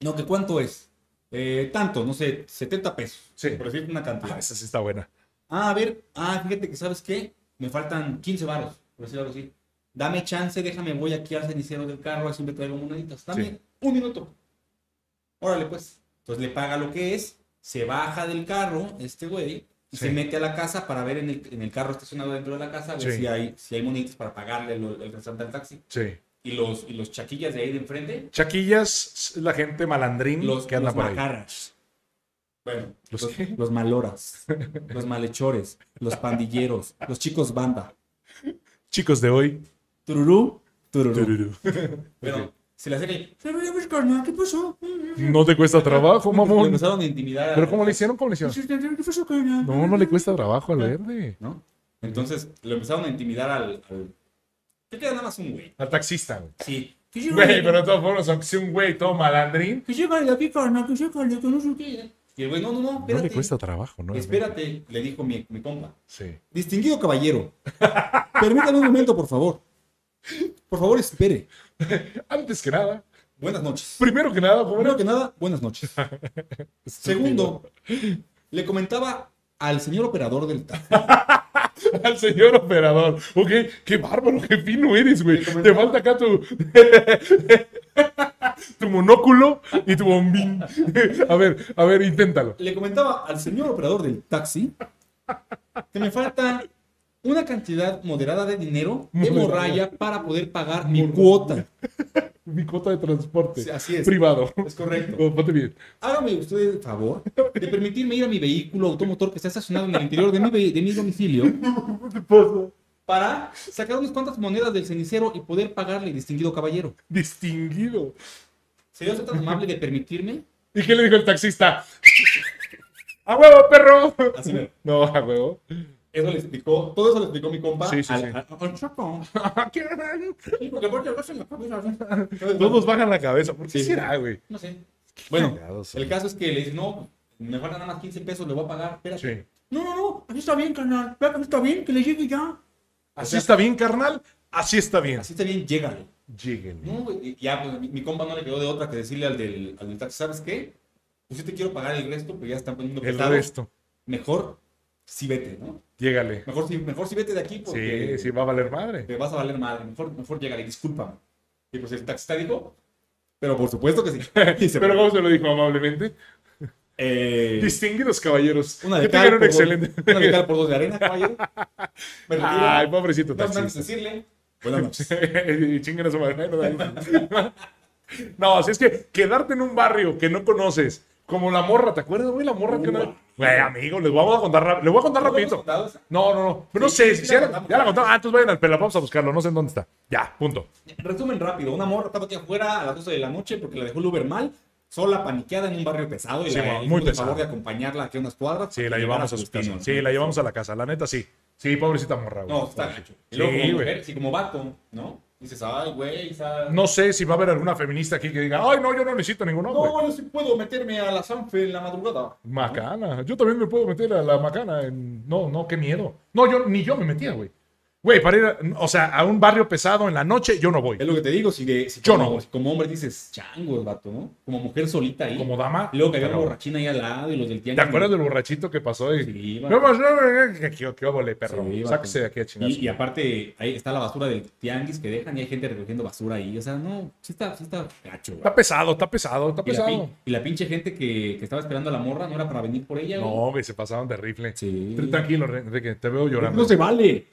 S1: No, que cuánto es? Eh, tanto, no sé, 70 pesos.
S2: Sí.
S1: Por decirte una
S2: Ah,
S1: cantidad.
S2: esa sí está buena.
S1: Ah, a ver, ah, fíjate que sabes qué, me faltan 15 varos, por decir algo así. Dame chance, déjame, voy aquí al cenicero del carro, así me traigo moneditas. Dame
S2: Sí.
S1: un minuto. Órale, pues. Entonces le paga lo que es, se baja del carro, este güey, y
S2: Sí.
S1: se mete a la casa para ver en el, en el carro estacionado dentro de la casa, a ver
S2: Sí.
S1: si, hay, si hay moneditas para pagarle lo- el restante al taxi.
S2: Sí.
S1: Y los, y los chaquillas de ahí de enfrente,
S2: Chaquillas, la gente malandrín
S1: los,
S2: que anda
S1: los
S2: por ahí.
S1: macarras. Bueno,
S2: ¿Los
S1: los,
S2: qué?
S1: los maloras, los malhechores, los pandilleros, los chicos banda.
S2: Chicos de hoy.
S1: Tururú, tururú.
S2: tururú.
S1: Pero Se le acerca y. "Señor, pues, carnal, ¿Qué pasó? Mm,
S2: No te cuesta trabajo,
S1: Le
S2: mamón.
S1: empezaron a intimidar. a-
S2: Pero ¿cómo le hicieron? ¿Cómo le hicieron?
S1: ¿Qué pasó, carnal?
S2: No, no le cuesta trabajo al verde.
S1: ¿no? Entonces lo empezaron a intimidar al. al... ¿Qué queda nada más un güey?
S2: Al taxista, güey.
S1: Sí.
S2: Güey, pero de todas formas, aunque sea un güey todo malandrín,
S1: Que llévale la pica, no, que llévale, que no sé qué. Y el güey, no, no, no,
S2: no
S1: espérate.
S2: le cuesta trabajo, ¿no?
S1: espérate, le dijo mi, mi compa.
S2: Sí.
S1: Distinguido caballero, permítame un momento, por favor. Por favor, espere.
S2: Antes que nada,
S1: Buenas noches.
S2: primero que nada,
S1: Primero
S2: primero
S1: que nada, buenas noches. Segundo, le comentaba al señor operador del taxi.
S2: al señor operador. Ok, qué bárbaro, qué fino eres, güey.
S1: Le comentaba-
S2: Te falta acá tu. tu monóculo y tu bombín. A ver, a ver, inténtalo.
S1: Le comentaba al señor operador del taxi que me falta una cantidad moderada de dinero de morralla para poder pagar mi cuota.
S2: Mi cuota de transporte.
S1: Sí, así es.
S2: Privado.
S1: Es correcto.
S2: Oh, ponte bien.
S1: Hágame usted el favor de permitirme ir a mi vehículo automotor que está estacionado en el interior de mi, ve- de mi domicilio para sacar unas cuantas monedas del cenicero y poder pagarle, distinguido caballero.
S2: Distinguido.
S1: ¿Sería usted tan amable de permitirme?
S2: ¿Y qué le dijo el taxista? ¡A huevo, perro!
S1: Así me-
S2: No, a huevo.
S1: Eso le explicó, todo eso le explicó mi compa.
S2: Sí, sí,
S1: al-
S2: sí.
S1: al- al chapo.
S2: ¿Qué raro.
S1: Sí, porque aparte lo hacen en la cabeza, ¿sí?
S2: Todos bajan la cabeza. ¿Por qué
S1: Sí.
S2: será, güey?
S1: No sé. Bueno,
S2: cagados son.
S1: el caso es que le dice, no, me faltan nada más 15 pesos, le voy a pagar, espérate.
S2: Sí.
S1: No, no, no, así está bien, carnal. Vea que así está bien, que le llegue ya.
S2: Así está bien, carnal. Así está bien.
S1: Así está bien, llégale.
S2: Lleguen.
S1: No, güey, y ya, pues mi, mi compa no le quedó de otra que decirle al del, al del taxi, ¿sabes qué? Pues yo te quiero pagar el resto, pero ya están poniendo
S2: El
S1: pesado.
S2: resto.
S1: Mejor si vete, ¿no?
S2: Llégale.
S1: Mejor si, mejor si vete de aquí porque
S2: Sí, sí, va a valer madre.
S1: te vas a valer madre. Mejor, mejor llégale, discúlpame. Y pues el taxista dijo, pero por supuesto que sí. Y se
S2: Pero
S1: fue.
S2: ¿cómo se lo dijo amablemente?
S1: Eh,
S2: Distinguidos caballeros.
S1: una de
S2: que tengan
S1: cal
S2: un
S1: por dos-
S2: excelente.
S1: Una de cal por dos de arena, caballero. Me retiro.
S2: Ay, pobrecito
S1: no me
S2: taxista.
S1: decirle. Buenas noches.
S2: y chinguen a su madre. No, no, no, así es que quedarte en un barrio que no conoces, como la morra, ¿te acuerdas, güey? La morra que no.
S1: Uh.
S2: Güey, amigo, les vamos a contar, rap- les voy a contar rapidito.
S1: Contados.
S2: No, no, no. Pero no
S1: Sí,
S2: sé,
S1: sí,
S2: si
S1: sí,
S2: ya,
S1: la
S2: la-
S1: contamos.
S2: ya la contaron. Ah, entonces vayan al Pelapapos a buscarlo, no sé en dónde está. Ya, punto.
S1: Resumen rápido, una morra estaba aquí afuera a las 12 de la noche porque la dejó el Uber mal, sola, paniqueada en un barrio pesado y
S2: Sí,
S1: la
S2: bueno,
S1: le
S2: muy
S1: hicimos el
S2: pesado.
S1: favor de acompañarla aquí a unas cuadras.
S2: Sí,
S1: para
S2: la
S1: que
S2: llevamos a
S1: llegara
S2: su casa.
S1: destino.
S2: Sí, la llevamos a la casa, la neta sí. Sí, pobrecita morra, güey.
S1: No, está gacho. Y
S2: Sí,
S1: luego como
S2: güey.
S1: mujer, sí, como vato, ¿no? Dices, ay, güey, esa...
S2: No sé si va a haber alguna feminista aquí que diga, ay, no, yo no necesito ninguno, güey.
S1: no, yo sí puedo meterme a la Sanfe en la madrugada.
S2: Macana. Yo también me puedo meter a la macana. en- No, no, qué miedo. No, yo ni yo me metía, güey. Güey, para ir, a, o sea, a un barrio pesado en la noche, yo no
S1: Es
S2: voy.
S1: lo que te digo, si, de, si
S2: Yo
S1: como,
S2: no voy.
S1: si como hombre dices, changos, vato, ¿no? Como mujer solita ahí.
S2: Como dama.
S1: Y luego que había
S2: pero-
S1: una borrachina ahí al lado y los del
S2: ¿Te
S1: tianguis.
S2: acuerdas del borrachito que pasó? Y,
S1: Sí,
S2: no,
S1: vato.
S2: más, no, no, no, que- que- que óvole,
S1: Sí,
S2: perro.
S1: vato.
S2: Sáquese de aquí a chingar.
S1: Y, y aparte, ahí está la basura del tianguis que dejan y hay gente recogiendo basura ahí. O sea, no, sí está, sí está gacho, güey.
S2: Está pesado, está pesado, está
S1: Y la,
S2: pesado.
S1: pin- y la pinche gente que, que estaba esperando a la morra no era para venir por ella, güey.
S2: No, güey, se pasaron de rifle.
S1: Sí.
S2: Tr- Tranquilo, Enrique, te veo llorando.
S1: No se vale.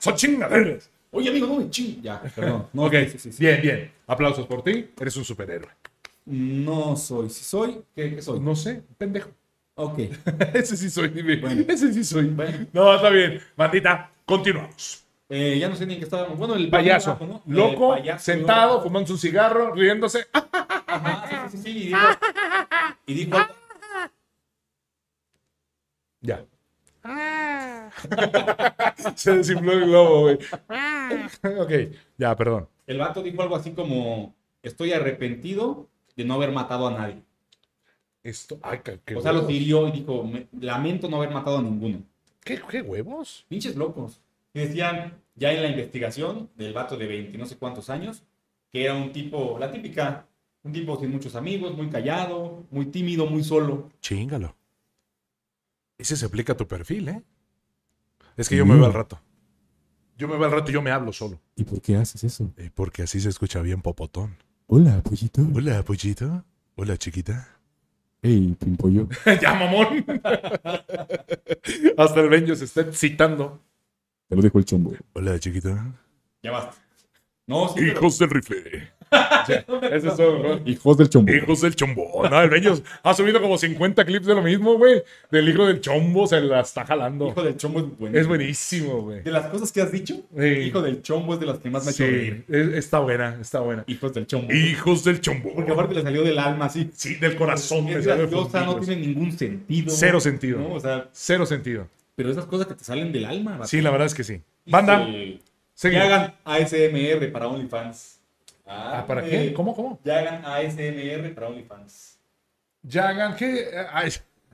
S2: Son chingaderas.
S1: Oye, amigo, no me ching. Ya, perdón. No,
S2: ok,
S1: sí, sí, sí.
S2: bien, bien. Aplausos por ti. Eres un superhéroe.
S1: No soy. Si soy, ¿qué, qué soy?
S2: No sé, pendejo.
S1: Ok.
S2: Ese sí soy, dime.
S1: Bueno.
S2: Ese sí soy.
S1: Bueno.
S2: No, está bien. Bandita, continuamos.
S1: Eh, ya no sé ni en qué estábamos. Bueno, el
S2: Payaso.
S1: abajo, ¿no?
S2: Loco,
S1: Eh, payaso,
S2: sentado, fumando un cigarro, riéndose. ¡Ah!
S1: Ajá, sí, sí, sí. Y dijo. y dijo-
S2: Ya.
S1: Ah.
S2: Se desinfló el globo, güey.
S1: Ah.
S2: ok, ya, perdón.
S1: el vato dijo algo así como: Estoy arrepentido de no haber matado a nadie.
S2: Esto, ay, qué, qué
S1: O sea, los
S2: huevos.
S1: hirió y dijo, "Me- lamento no haber matado a ninguno.
S2: ¿Qué, qué huevos?
S1: Pinches locos. Y decían, ya en la investigación del vato de 20 no sé cuántos años, que era un tipo, la típica, un tipo sin muchos amigos, muy callado, muy tímido, muy solo.
S2: Chingalo. Ese se aplica a tu perfil, ¿eh? Es que yo me veo al rato. Yo me veo al rato y yo me hablo solo.
S3: ¿Y por qué haces eso?
S2: Eh, Porque así se escucha bien popotón.
S3: Hola, pollito.
S2: Hola, pollito. Hola, chiquita.
S3: Hey, pimpollo.
S2: ya, mamón. Hasta el Benjo se está citando.
S3: Te lo dejo el chombo.
S2: Hola, chiquita.
S1: Ya basta. No, sí, pero
S2: Hijos del rifle.
S4: Eso es todo, ¿no?
S3: Hijos del chombo.
S2: Hijos del chombo. No, el bello ha subido como 50 clips de lo mismo, güey. Del hijo del chombo se la está jalando.
S1: Hijo del chombo es bueno.
S2: Es buenísimo, güey.
S1: De las cosas que has dicho,
S2: Sí.
S1: hijo del chombo es de las que más me ha hecho
S2: Sí,
S1: reír.
S2: es- está buena, está buena.
S1: Hijos del chombo.
S2: Hijos del chombo.
S1: Porque aparte le salió del alma así.
S2: Sí, del corazón. me
S1: Es
S2: sabe
S1: graciosa, no
S2: fundir,
S1: tiene ningún sentido.
S2: Cero sentido.
S1: ¿no? O sea,
S2: Cero sentido.
S1: pero esas cosas que te salen del alma. vato.
S2: Sí, la verdad es que sí. Banda,
S1: Que- Que
S2: seguimos.
S1: hagan ASMR para OnlyFans.
S2: Ah, ¿Para
S1: eh,
S2: qué? ¿Cómo, cómo?
S1: Ya hagan ASMR para OnlyFans.
S2: Ya hagan qué. Ah, Ay,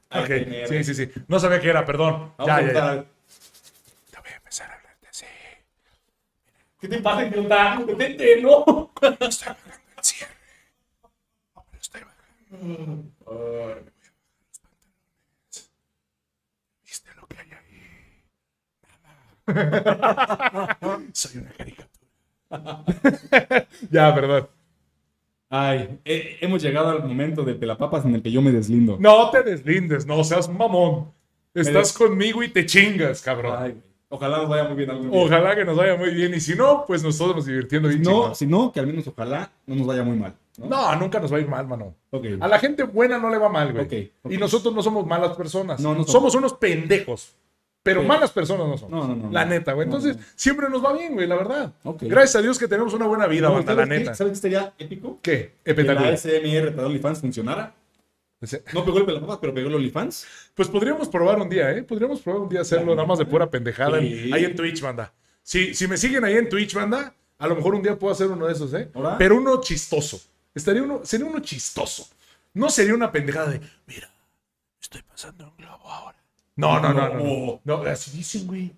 S1: Ay,
S2: ok,
S1: qué
S2: sí, sí, sí. No sabía qué era, perdón.
S1: Vamos
S2: Ya,
S1: a
S2: ya, ya.
S1: preguntar,
S2: Te voy a empezar a hablarte así.
S1: ¿Qué te pasa, idiota? ¡Detente, no!
S2: Estoy bajando el cierre. Estoy bajando. ¿Viste lo que hay ahí? Nada. Soy una caricatura. ya, perdón.
S1: Ay, eh, hemos llegado al momento de pelapapas en el que yo me deslindo.
S2: No te deslindes, no seas mamón. Estás
S1: des-
S2: conmigo y te chingas, cabrón.
S1: Ay, güey. ojalá nos vaya muy bien algún día.
S2: Ojalá que nos vaya muy bien. Y si no, pues nosotros nos divirtiendo
S1: Si
S2: bien.
S1: no,
S2: No,
S1: si no, que al menos ojalá no nos vaya muy mal. No,
S2: no, nunca nos va a ir mal, mano.
S1: Ok.
S2: A la gente buena no le va mal, güey.
S1: Ok, ok.
S2: Y nosotros no somos malas personas.
S1: No, no somos.
S2: somos. unos pendejos. Pero
S1: Sí.
S2: malas personas no
S1: No,
S2: somos.
S1: no, no,
S2: la
S1: no.
S2: neta, güey.
S1: No,
S2: Entonces,
S1: no.
S2: siempre nos va bien, güey, la verdad.
S1: Ok.
S2: Gracias a Dios que tenemos una buena vida,
S1: No,
S2: banda, la
S1: ¿sabes qué?
S2: neta.
S1: ¿Sabes qué sería épico?
S2: ¿Qué?
S1: Que la
S2: Espectacular.
S1: ASMR para OnlyFans funcionara.
S2: Pues,
S1: No pegó el pelapapas, pero pegó el OnlyFans.
S2: pues podríamos probar un día, ¿eh? Podríamos probar un día hacerlo nada más de pura pendejada en-
S1: Sí.
S2: ahí en Twitch, banda. Si, si me siguen ahí en Twitch, banda, a lo mejor un día puedo hacer uno de esos, ¿eh?
S1: Ahora.
S2: Pero uno chistoso. Estaría uno, sería uno chistoso. No sería una pendejada de, mira, estoy pasando un globo ahora. No, no, no, no. No, No, así dicen, güey.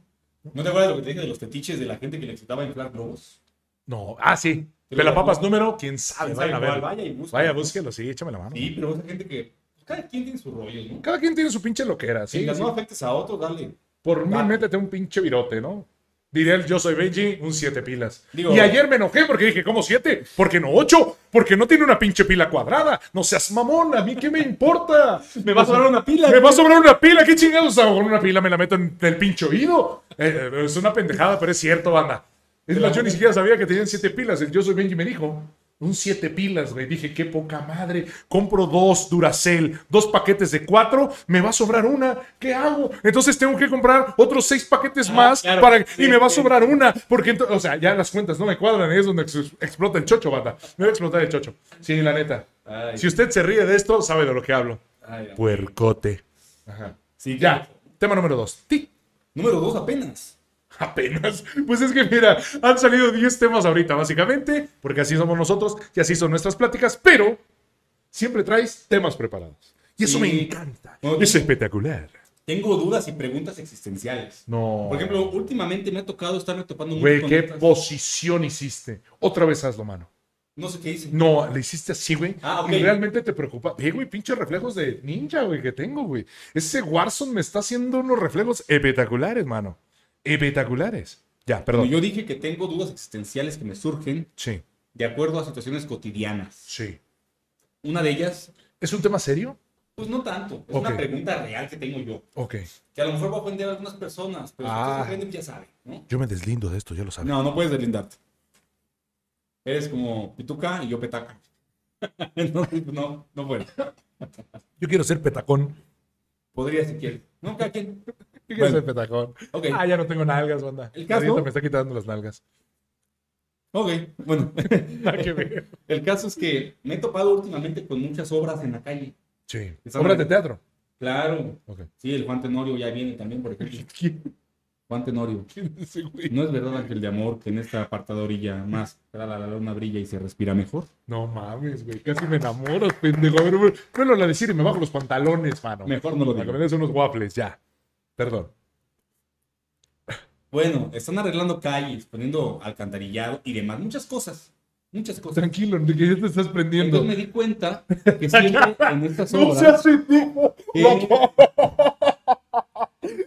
S1: ¿No te acuerdas lo que te dije de los fetiches de la gente que le excitaba inflar globos?
S2: No, ah, sí. Pelapapas número, quién sabe.
S1: Que
S2: Vayan a
S1: vaya,
S2: ver.
S1: vaya y busca.
S2: Ah, Vaya, búsquelo, sí, échame la mano.
S1: Sí, pero esa gente que. pues, cada quien tiene su rollo, ¿no?
S2: Cada quien tiene su pinche loquera, sí.
S1: si
S2: sí.
S1: no afectes a otro, dale.
S2: Por mí,
S1: Date.
S2: métete un pinche virote, ¿no? Diría el yo soy Benji, un 7 pilas.
S1: Digo-
S2: y ayer me enojé porque dije, ¿cómo 7? ¿Por qué no 8? Porque no tiene una pinche pila cuadrada. No seas mamón, a mí qué me importa.
S1: Me va a sobrar una pila.
S2: Me va a sobrar una pila, qué chingados hago con una pila, me la meto en el pinche oído. Eh, eh, es una pendejada, pero es cierto, banda. Es más, yo ni siquiera sabía que tenían 7 pilas. El yo soy Benji me dijo. Un 7 pilas, güey. Dije, qué poca madre. Compro dos Duracell, dos paquetes de cuatro, me va a sobrar una. ¿Qué hago? Entonces tengo que comprar otros seis paquetes
S1: Ah,
S2: más
S1: claro.
S2: para,
S1: Sí,
S2: y me va a
S1: sí.
S2: sobrar una. Porque, ento- o sea, ya las cuentas no me cuadran. Ahí es donde ex- explota el chocho, banda. Me va a explotar el chocho. Sí, la neta.
S1: Ay,
S2: Si usted se ríe de esto, sabe de lo que hablo.
S1: ay, ay.
S2: Puercote. Ajá.
S1: Sí,
S2: Pues, Ya,
S1: claro.
S2: tema número dos. Tic.
S1: Número dos apenas.
S2: Apenas. Pues es que mira, han salido 10 temas ahorita, básicamente, porque así somos nosotros y así son nuestras pláticas, pero siempre traes temas preparados. Y eso
S1: Sí.
S2: me encanta.
S1: Bueno,
S2: es
S1: tengo-
S2: espectacular.
S1: Tengo dudas y preguntas existenciales.
S2: No.
S1: Por ejemplo, últimamente me ha tocado estarme topando mucho
S2: güey,
S1: con
S2: qué
S1: estas-
S2: posición hiciste. Otra vez hazlo, mano.
S1: No sé qué hice.
S2: No, le hiciste así, güey.
S1: Ah, ok.
S2: Y realmente te preocupa. Ve, güey, pinches reflejos de ninja, güey, que tengo, güey. Ese Warzone me está haciendo unos reflejos espectaculares, mano. Espectaculares. Ya,
S1: Como
S2: perdón.
S1: yo dije que tengo dudas existenciales que me surgen
S2: Sí,
S1: de acuerdo a situaciones cotidianas.
S2: sí.
S1: Una de ellas,
S2: ¿Es un tema serio?
S1: pues no tanto. Es
S2: Ok.
S1: una pregunta real que tengo yo.
S2: Ok.
S1: Que a lo mejor va a ofender a algunas personas, pero
S2: Ah.
S1: si ustedes ofenden, ya saben, ¿no?
S2: Yo me deslindo de esto, ya lo sabes.
S1: No, no puedes deslindarte. Eres como pituca y yo petaca. Entonces, no, no puedo.
S2: Yo quiero ser petacón.
S1: Podría si quieres. No, cada quien.
S2: Yo quiero
S1: Bueno.
S2: ser petacón.
S1: Ok.
S2: Ah, ya no tengo nalgas, banda.
S1: El
S2: La
S1: caso-
S2: dieta me está quitando las nalgas.
S1: Ok, bueno.
S2: Nada que ver.
S1: El caso es que me he topado últimamente con muchas obras en la calle.
S2: Sí.
S1: Esa
S2: Obras
S1: madre.
S2: de teatro.
S1: Claro.
S2: Ok.
S1: Sí, el Juan Tenorio ya viene también, por ejemplo.
S2: ¿Quién,
S1: Juan Tenorio.
S2: quién es ese güey?
S1: ¿No es verdad, Ángel de Amor, que en esta apartada orilla más la, la, la luna brilla y se respira mejor?
S2: No mames, güey. Casi me enamoro, pendejo. A ver, güey. Vuelvo a decir y me bajo los pantalones, mano.
S1: Mejor no lo
S2: Para que me
S1: digo.
S2: des unos waffles, ya. Perdón.
S1: Bueno, están arreglando calles, poniendo alcantarillado y demás. Muchas cosas. Muchas cosas.
S2: Tranquilo, Enrique, ya te estás prendiendo.
S1: Entonces me di cuenta que siempre en estas
S2: No
S1: obras... eh,
S2: seas pendejo.
S1: ¿Qué?
S2: loco.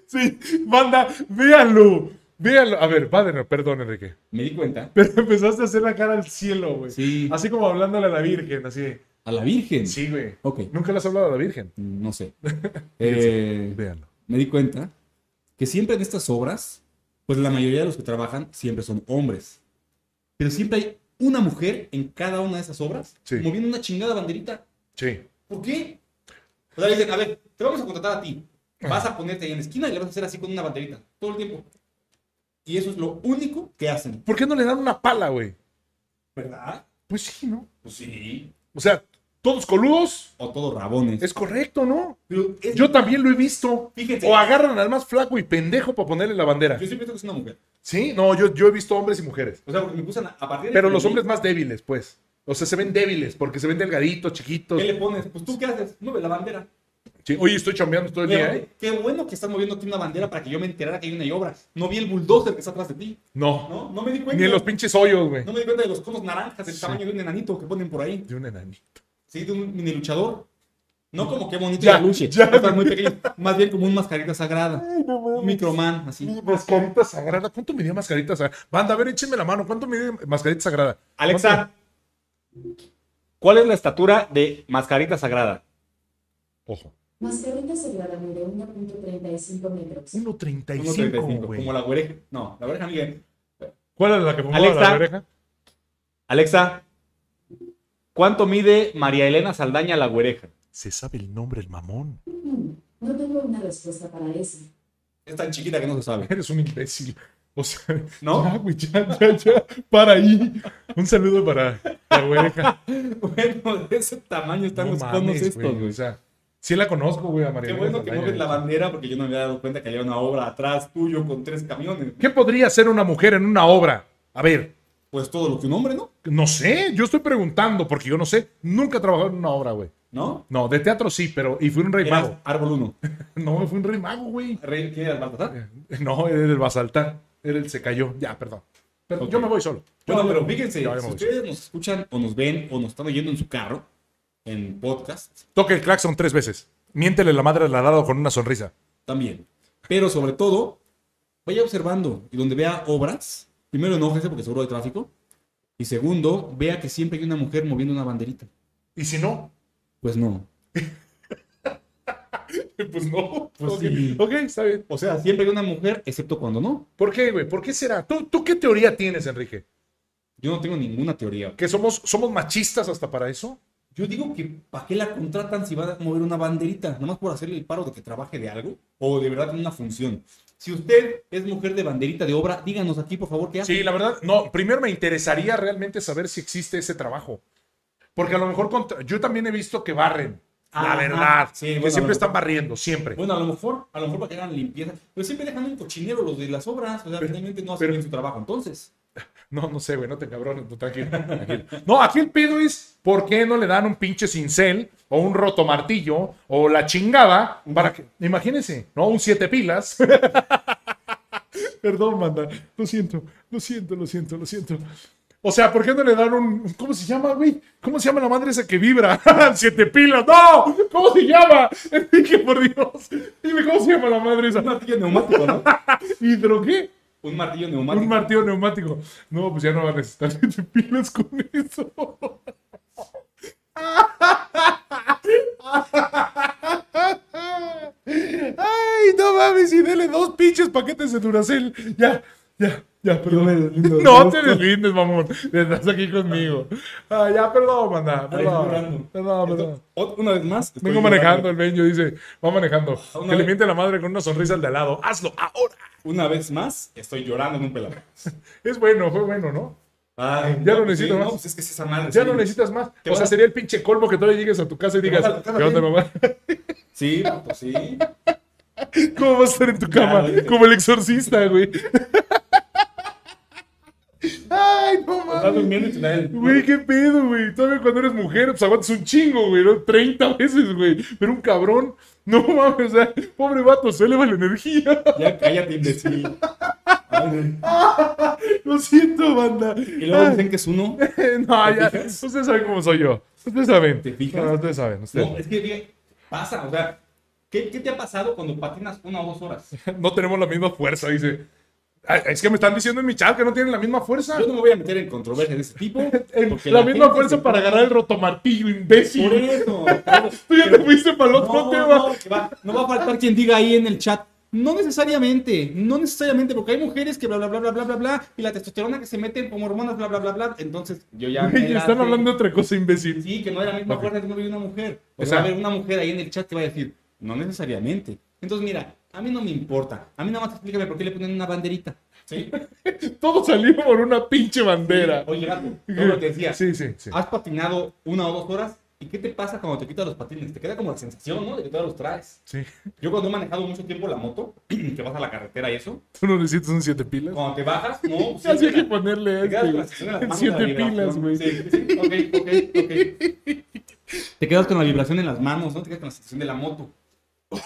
S2: Sí, banda, véanlo. Véanlo. A ver, padre, perdón, Enrique.
S1: Me di cuenta. pues,
S2: Pero empezaste a hacer la cara al cielo, güey.
S1: Sí.
S2: Así como hablándole a la Virgen, así.
S1: A la Virgen.
S2: Sí, güey.
S1: Ok,
S2: Nunca le has hablado a la Virgen.
S1: no sé. Eh,
S2: Véanlo.
S1: me di cuenta que siempre en estas obras, pues la mayoría de los que trabajan siempre son hombres. Pero siempre hay una mujer en cada una de esas obras
S2: Sí.
S1: moviendo una chingada banderita.
S2: Sí.
S1: ¿Por qué? O sea, le dicen, a ver, te vamos a contratar a ti.
S2: Ah.
S1: Vas a ponerte ahí en la esquina y le vas a hacer así con una banderita todo el tiempo. Y eso es lo único que hacen.
S2: ¿Por qué no le dan una pala, güey?
S1: ¿Verdad?
S2: Pues sí, ¿no?
S1: Pues sí.
S2: O sea, todos coludos,
S1: O todos rabones.
S2: es correcto, ¿no?
S1: Pero es-
S2: Yo también lo he visto.
S1: Fíjense.
S2: O agarran al más flaco y pendejo para ponerle la bandera.
S1: Yo siempre tengo que es una mujer.
S2: Sí, no, yo, yo he visto hombres y mujeres.
S1: O sea, porque me gustan a partir de.
S2: Pero
S1: que
S2: los
S1: vi,
S2: hombres más débiles, pues. O sea, se ven débiles porque se ven delgaditos, chiquitos.
S1: ¿Qué le pones? Pues tú qué haces? Mueve la bandera.
S2: Sí, Oye, estoy chambeando todo el día, ¿eh?
S1: Pero, Qué bueno que estás moviendo aquí una bandera para que yo me enterara que hay una obra. No vi el bulldozer que está atrás de ti.
S2: No,
S1: No, no me di cuenta.
S2: ni en los pinches hoyos, güey.
S1: No me di cuenta de los conos naranjas, el
S2: Sí.
S1: tamaño de un enanito que ponen por ahí.
S2: De un enanito.
S1: Sí, de un mini luchador. No como qué bonito
S2: Ya,
S1: luche.
S2: ya.
S1: muy pequeño. Más bien como un mascarita sagrada. Un microman, así.
S2: Mi mascarita sagrada. ¿Cuánto medía mascarita sagrada? Banda, a ver, échenme la mano. ¿Cuánto medía mascarita sagrada?
S1: Alexa, ¿cuál es la estatura de mascarita sagrada?
S2: ¿Cuánto? Ojo.
S5: Mascarita sagrada mide 1.35 metros.
S2: 1.35,
S1: 1.35,
S2: güey.
S1: como la oreja. No, la oreja Miguel.
S2: ¿Cuál era la que fumaba
S1: Alexa.
S2: la oreja?
S1: Alexa, ¿cuánto mide María Elena Saldaña la güereja?
S2: Se sabe el nombre, el mamón.
S5: Mm, No tengo una respuesta para eso.
S1: Es tan chiquita que no se sabe.
S2: Eres un imbécil. O sea,
S1: ¿No?
S2: ya, güey, ya, ya, ya. Para ahí. Un saludo para la oreja.
S1: Bueno, de ese tamaño están
S2: No
S1: los
S2: mames,
S1: conos estos,
S2: güey,
S1: güey.
S2: O sea, sí la conozco, güey, a María.
S1: Qué
S2: Elena
S1: bueno que
S2: Saldaña,
S1: mueves la
S2: güey.
S1: bandera porque yo no me había dado cuenta que había una obra atrás tuyo con tres camiones.
S2: ¿Qué podría hacer una mujer en una obra? A ver,
S1: Pues todo lo que un hombre, ¿no?
S2: no sé, yo estoy preguntando porque yo no sé. Nunca he trabajado en una obra, güey.
S1: ¿No?
S2: No, de teatro sí, pero. Y fui un rey
S1: Eras
S2: mago.
S1: árbol 1.
S2: No, fui un rey mago, güey.
S1: ¿Rey qué eras, Baltasar?
S2: No, era el basaltar. Era el se cayó. Ya, perdón. Pero
S1: Ok.
S2: yo me voy solo. Yo
S1: Bueno,
S2: no-
S1: pero fíjense,
S2: Ya, ya me
S1: si
S2: voy.
S1: ustedes nos escuchan o nos ven o nos están oyendo en su carro, en podcast,
S2: Toca el claxon tres veces. Miéntele la madre al alado con una sonrisa.
S1: también. Pero sobre todo, vaya observando y donde vea obras, primero enójese porque seguro de tráfico. Y segundo, vea que siempre hay una mujer moviendo una banderita.
S2: Y si no,
S1: Pues no.
S2: pues no.
S1: Pues
S2: ok,
S1: sí.
S2: ok, está bien.
S1: O sea, siempre hay una mujer, excepto cuando no.
S2: ¿Por qué, güey? ¿Por qué será? ¿Tú, tú qué teoría tienes, Enrique?
S1: Yo no tengo ninguna teoría.
S2: ¿Que somos, somos machistas hasta para eso?
S1: Yo digo que ¿para qué la contratan si va a mover una banderita? Nada más por hacerle el paro de que trabaje de algo o de verdad en una función. Si usted es mujer de banderita de obra, díganos aquí, por favor, qué hace.
S2: Sí, la verdad, no. Primero me interesaría realmente saber si existe ese trabajo. Porque a lo mejor contra- yo también he visto que barren.
S1: Ajá,
S2: la verdad.
S1: sí,
S2: que
S1: bueno, a lo
S2: siempre
S1: mejor.
S2: están barriendo, siempre.
S1: Bueno, a lo mejor, a lo mejor para que hagan limpieza, pero siempre dejan un cochinero los de las obras, o sea, realmente no hacen
S2: pero-
S1: bien su trabajo. Entonces,
S2: No, no sé, güey, no te cabrones, tú tranquilo, tranquilo. No, aquí el pedo es por qué no le dan un pinche cincel o un roto martillo o la chingada para que, imagínense, ¿no? Un siete pilas. Perdón, manda, lo siento, lo siento, lo siento, lo siento. O sea, ¿por qué no le dan un. ¿Cómo se llama, güey? ¿Cómo se llama la madre esa que vibra? ¡Siete pilas! ¡No! ¿Cómo se llama? Enrique, por Dios. Dime, ¿cómo se llama la madre esa?
S1: un martillo neumático, ¿no?
S2: ¿Hidro qué?
S1: Un martillo neumático.
S2: Un martillo neumático. No, pues ya no va a necesitar siete pilas con eso. Ay, no mames, y dele dos pinches paquetes de Duracel. Ya, ya, ya, perdón. No te deslindes, mamón. Estás aquí conmigo. Ah, ya, perdón, manda.
S1: Ahí llorando.
S2: Perdón, perdón, perdón.
S1: Entonces, ot- una vez más. estoy
S2: Vengo manejando, el Benjo dice, va manejando.
S1: Una
S2: Que le
S1: vez-
S2: miente la madre con una sonrisa al de al lado. Hazlo ahora.
S1: llorando. Una vez más, estoy llorando en un pelado.
S2: Es bueno, fue bueno, ¿no?
S1: Ay,
S2: Ya
S1: no,
S2: lo
S1: pues sí,
S2: necesito
S1: no,
S2: más.
S1: pues es que es esa madre.
S2: Ya
S1: sí.
S2: no necesitas más.
S1: Te
S2: O
S1: vas
S2: sea,
S1: a-
S2: sería el pinche colmo que todavía llegues a tu casa y digas,
S1: vas a la casa
S2: ¿qué onda,
S1: bien".
S2: mamá?
S1: Sí, pues sí.
S2: ¿Cómo vas a estar en tu
S1: Ya,
S2: cama?
S1: ahorita.
S2: Como el exorcista, güey. Ay, no
S1: Estás
S2: mames.
S1: durmiendo y te da el-
S2: Güey, qué pedo, güey. Todavía cuando eres mujer, pues aguantas un chingo, güey. ¿no? 30 veces, güey. Pero un cabrón. No mames, o sea, pobre vato, se eleva la energía.
S1: Ya cállate, imbécil. Ay,
S2: Lo siento, banda.
S1: y luego dicen que es uno.
S2: No, ya.
S1: fijas?
S2: Ustedes saben cómo soy yo. Ustedes saben.
S1: ¿Te fijas?
S2: No, ustedes saben. Ustedes.
S1: No, es que fíjate, pasa, o sea, ¿qué, qué te ha pasado cuando patinas una o dos horas?
S2: no tenemos la misma fuerza, dice. Ay, Es que me están diciendo en mi chat que no tienen la misma fuerza.
S1: Yo no me voy a meter en controversia de ese tipo.
S2: En-
S1: porque
S2: la,
S1: gente
S2: misma
S1: se-
S2: fuerza para agarrar el rotomartillo,
S1: Por
S2: imbécil.
S1: eso.
S2: Tú ya te fuiste para el otro
S1: No,
S2: tema.
S1: no, que va- no va a faltar quien diga ahí en el chat. No necesariamente, no necesariamente, porque hay mujeres que bla, bla, bla, bla, bla, bla, bla, y la testosterona que se meten como hormonas, bla, bla, bla, bla. Entonces, yo ya. me
S4: Güey,
S1: la
S4: están
S1: sé.
S4: hablando de otra cosa, imbécil.
S1: Sí, que no era la misma cuerda de un hombre y una mujer. O
S4: O
S1: sea,
S4: sea-
S1: va a haber una mujer ahí en el chat que va a decir, no necesariamente. Entonces, mira, a mí no me importa. A mí nada más explícame por qué le ponen una banderita. ¿Sí?
S4: Todo salió por una pinche bandera.
S1: Oye, gato, todo lo que decía. Ah.
S2: Sí, sí, sí.
S1: Has patinado una o dos horas. ¿Y qué te pasa cuando te quitas los patines? Te queda como la sensación, ¿no? De que todavía los traes.
S2: Sí.
S1: Yo cuando he manejado mucho tiempo la moto, que vas a la carretera y eso,
S4: ¿Tú no necesitas un siete pilas?
S1: cuando te bajas, no.
S4: Ya
S1: siempre
S4: hay que
S1: la-
S4: ponerle
S1: te quedas con la
S4: este.
S1: sensación en las manos de la
S4: Siete
S1: vibración.
S4: pilas, güey.
S1: Sí, sí, ok, ok, ok. Te quedas con la vibración en las manos, ¿no? Te quedas con la sensación de la moto.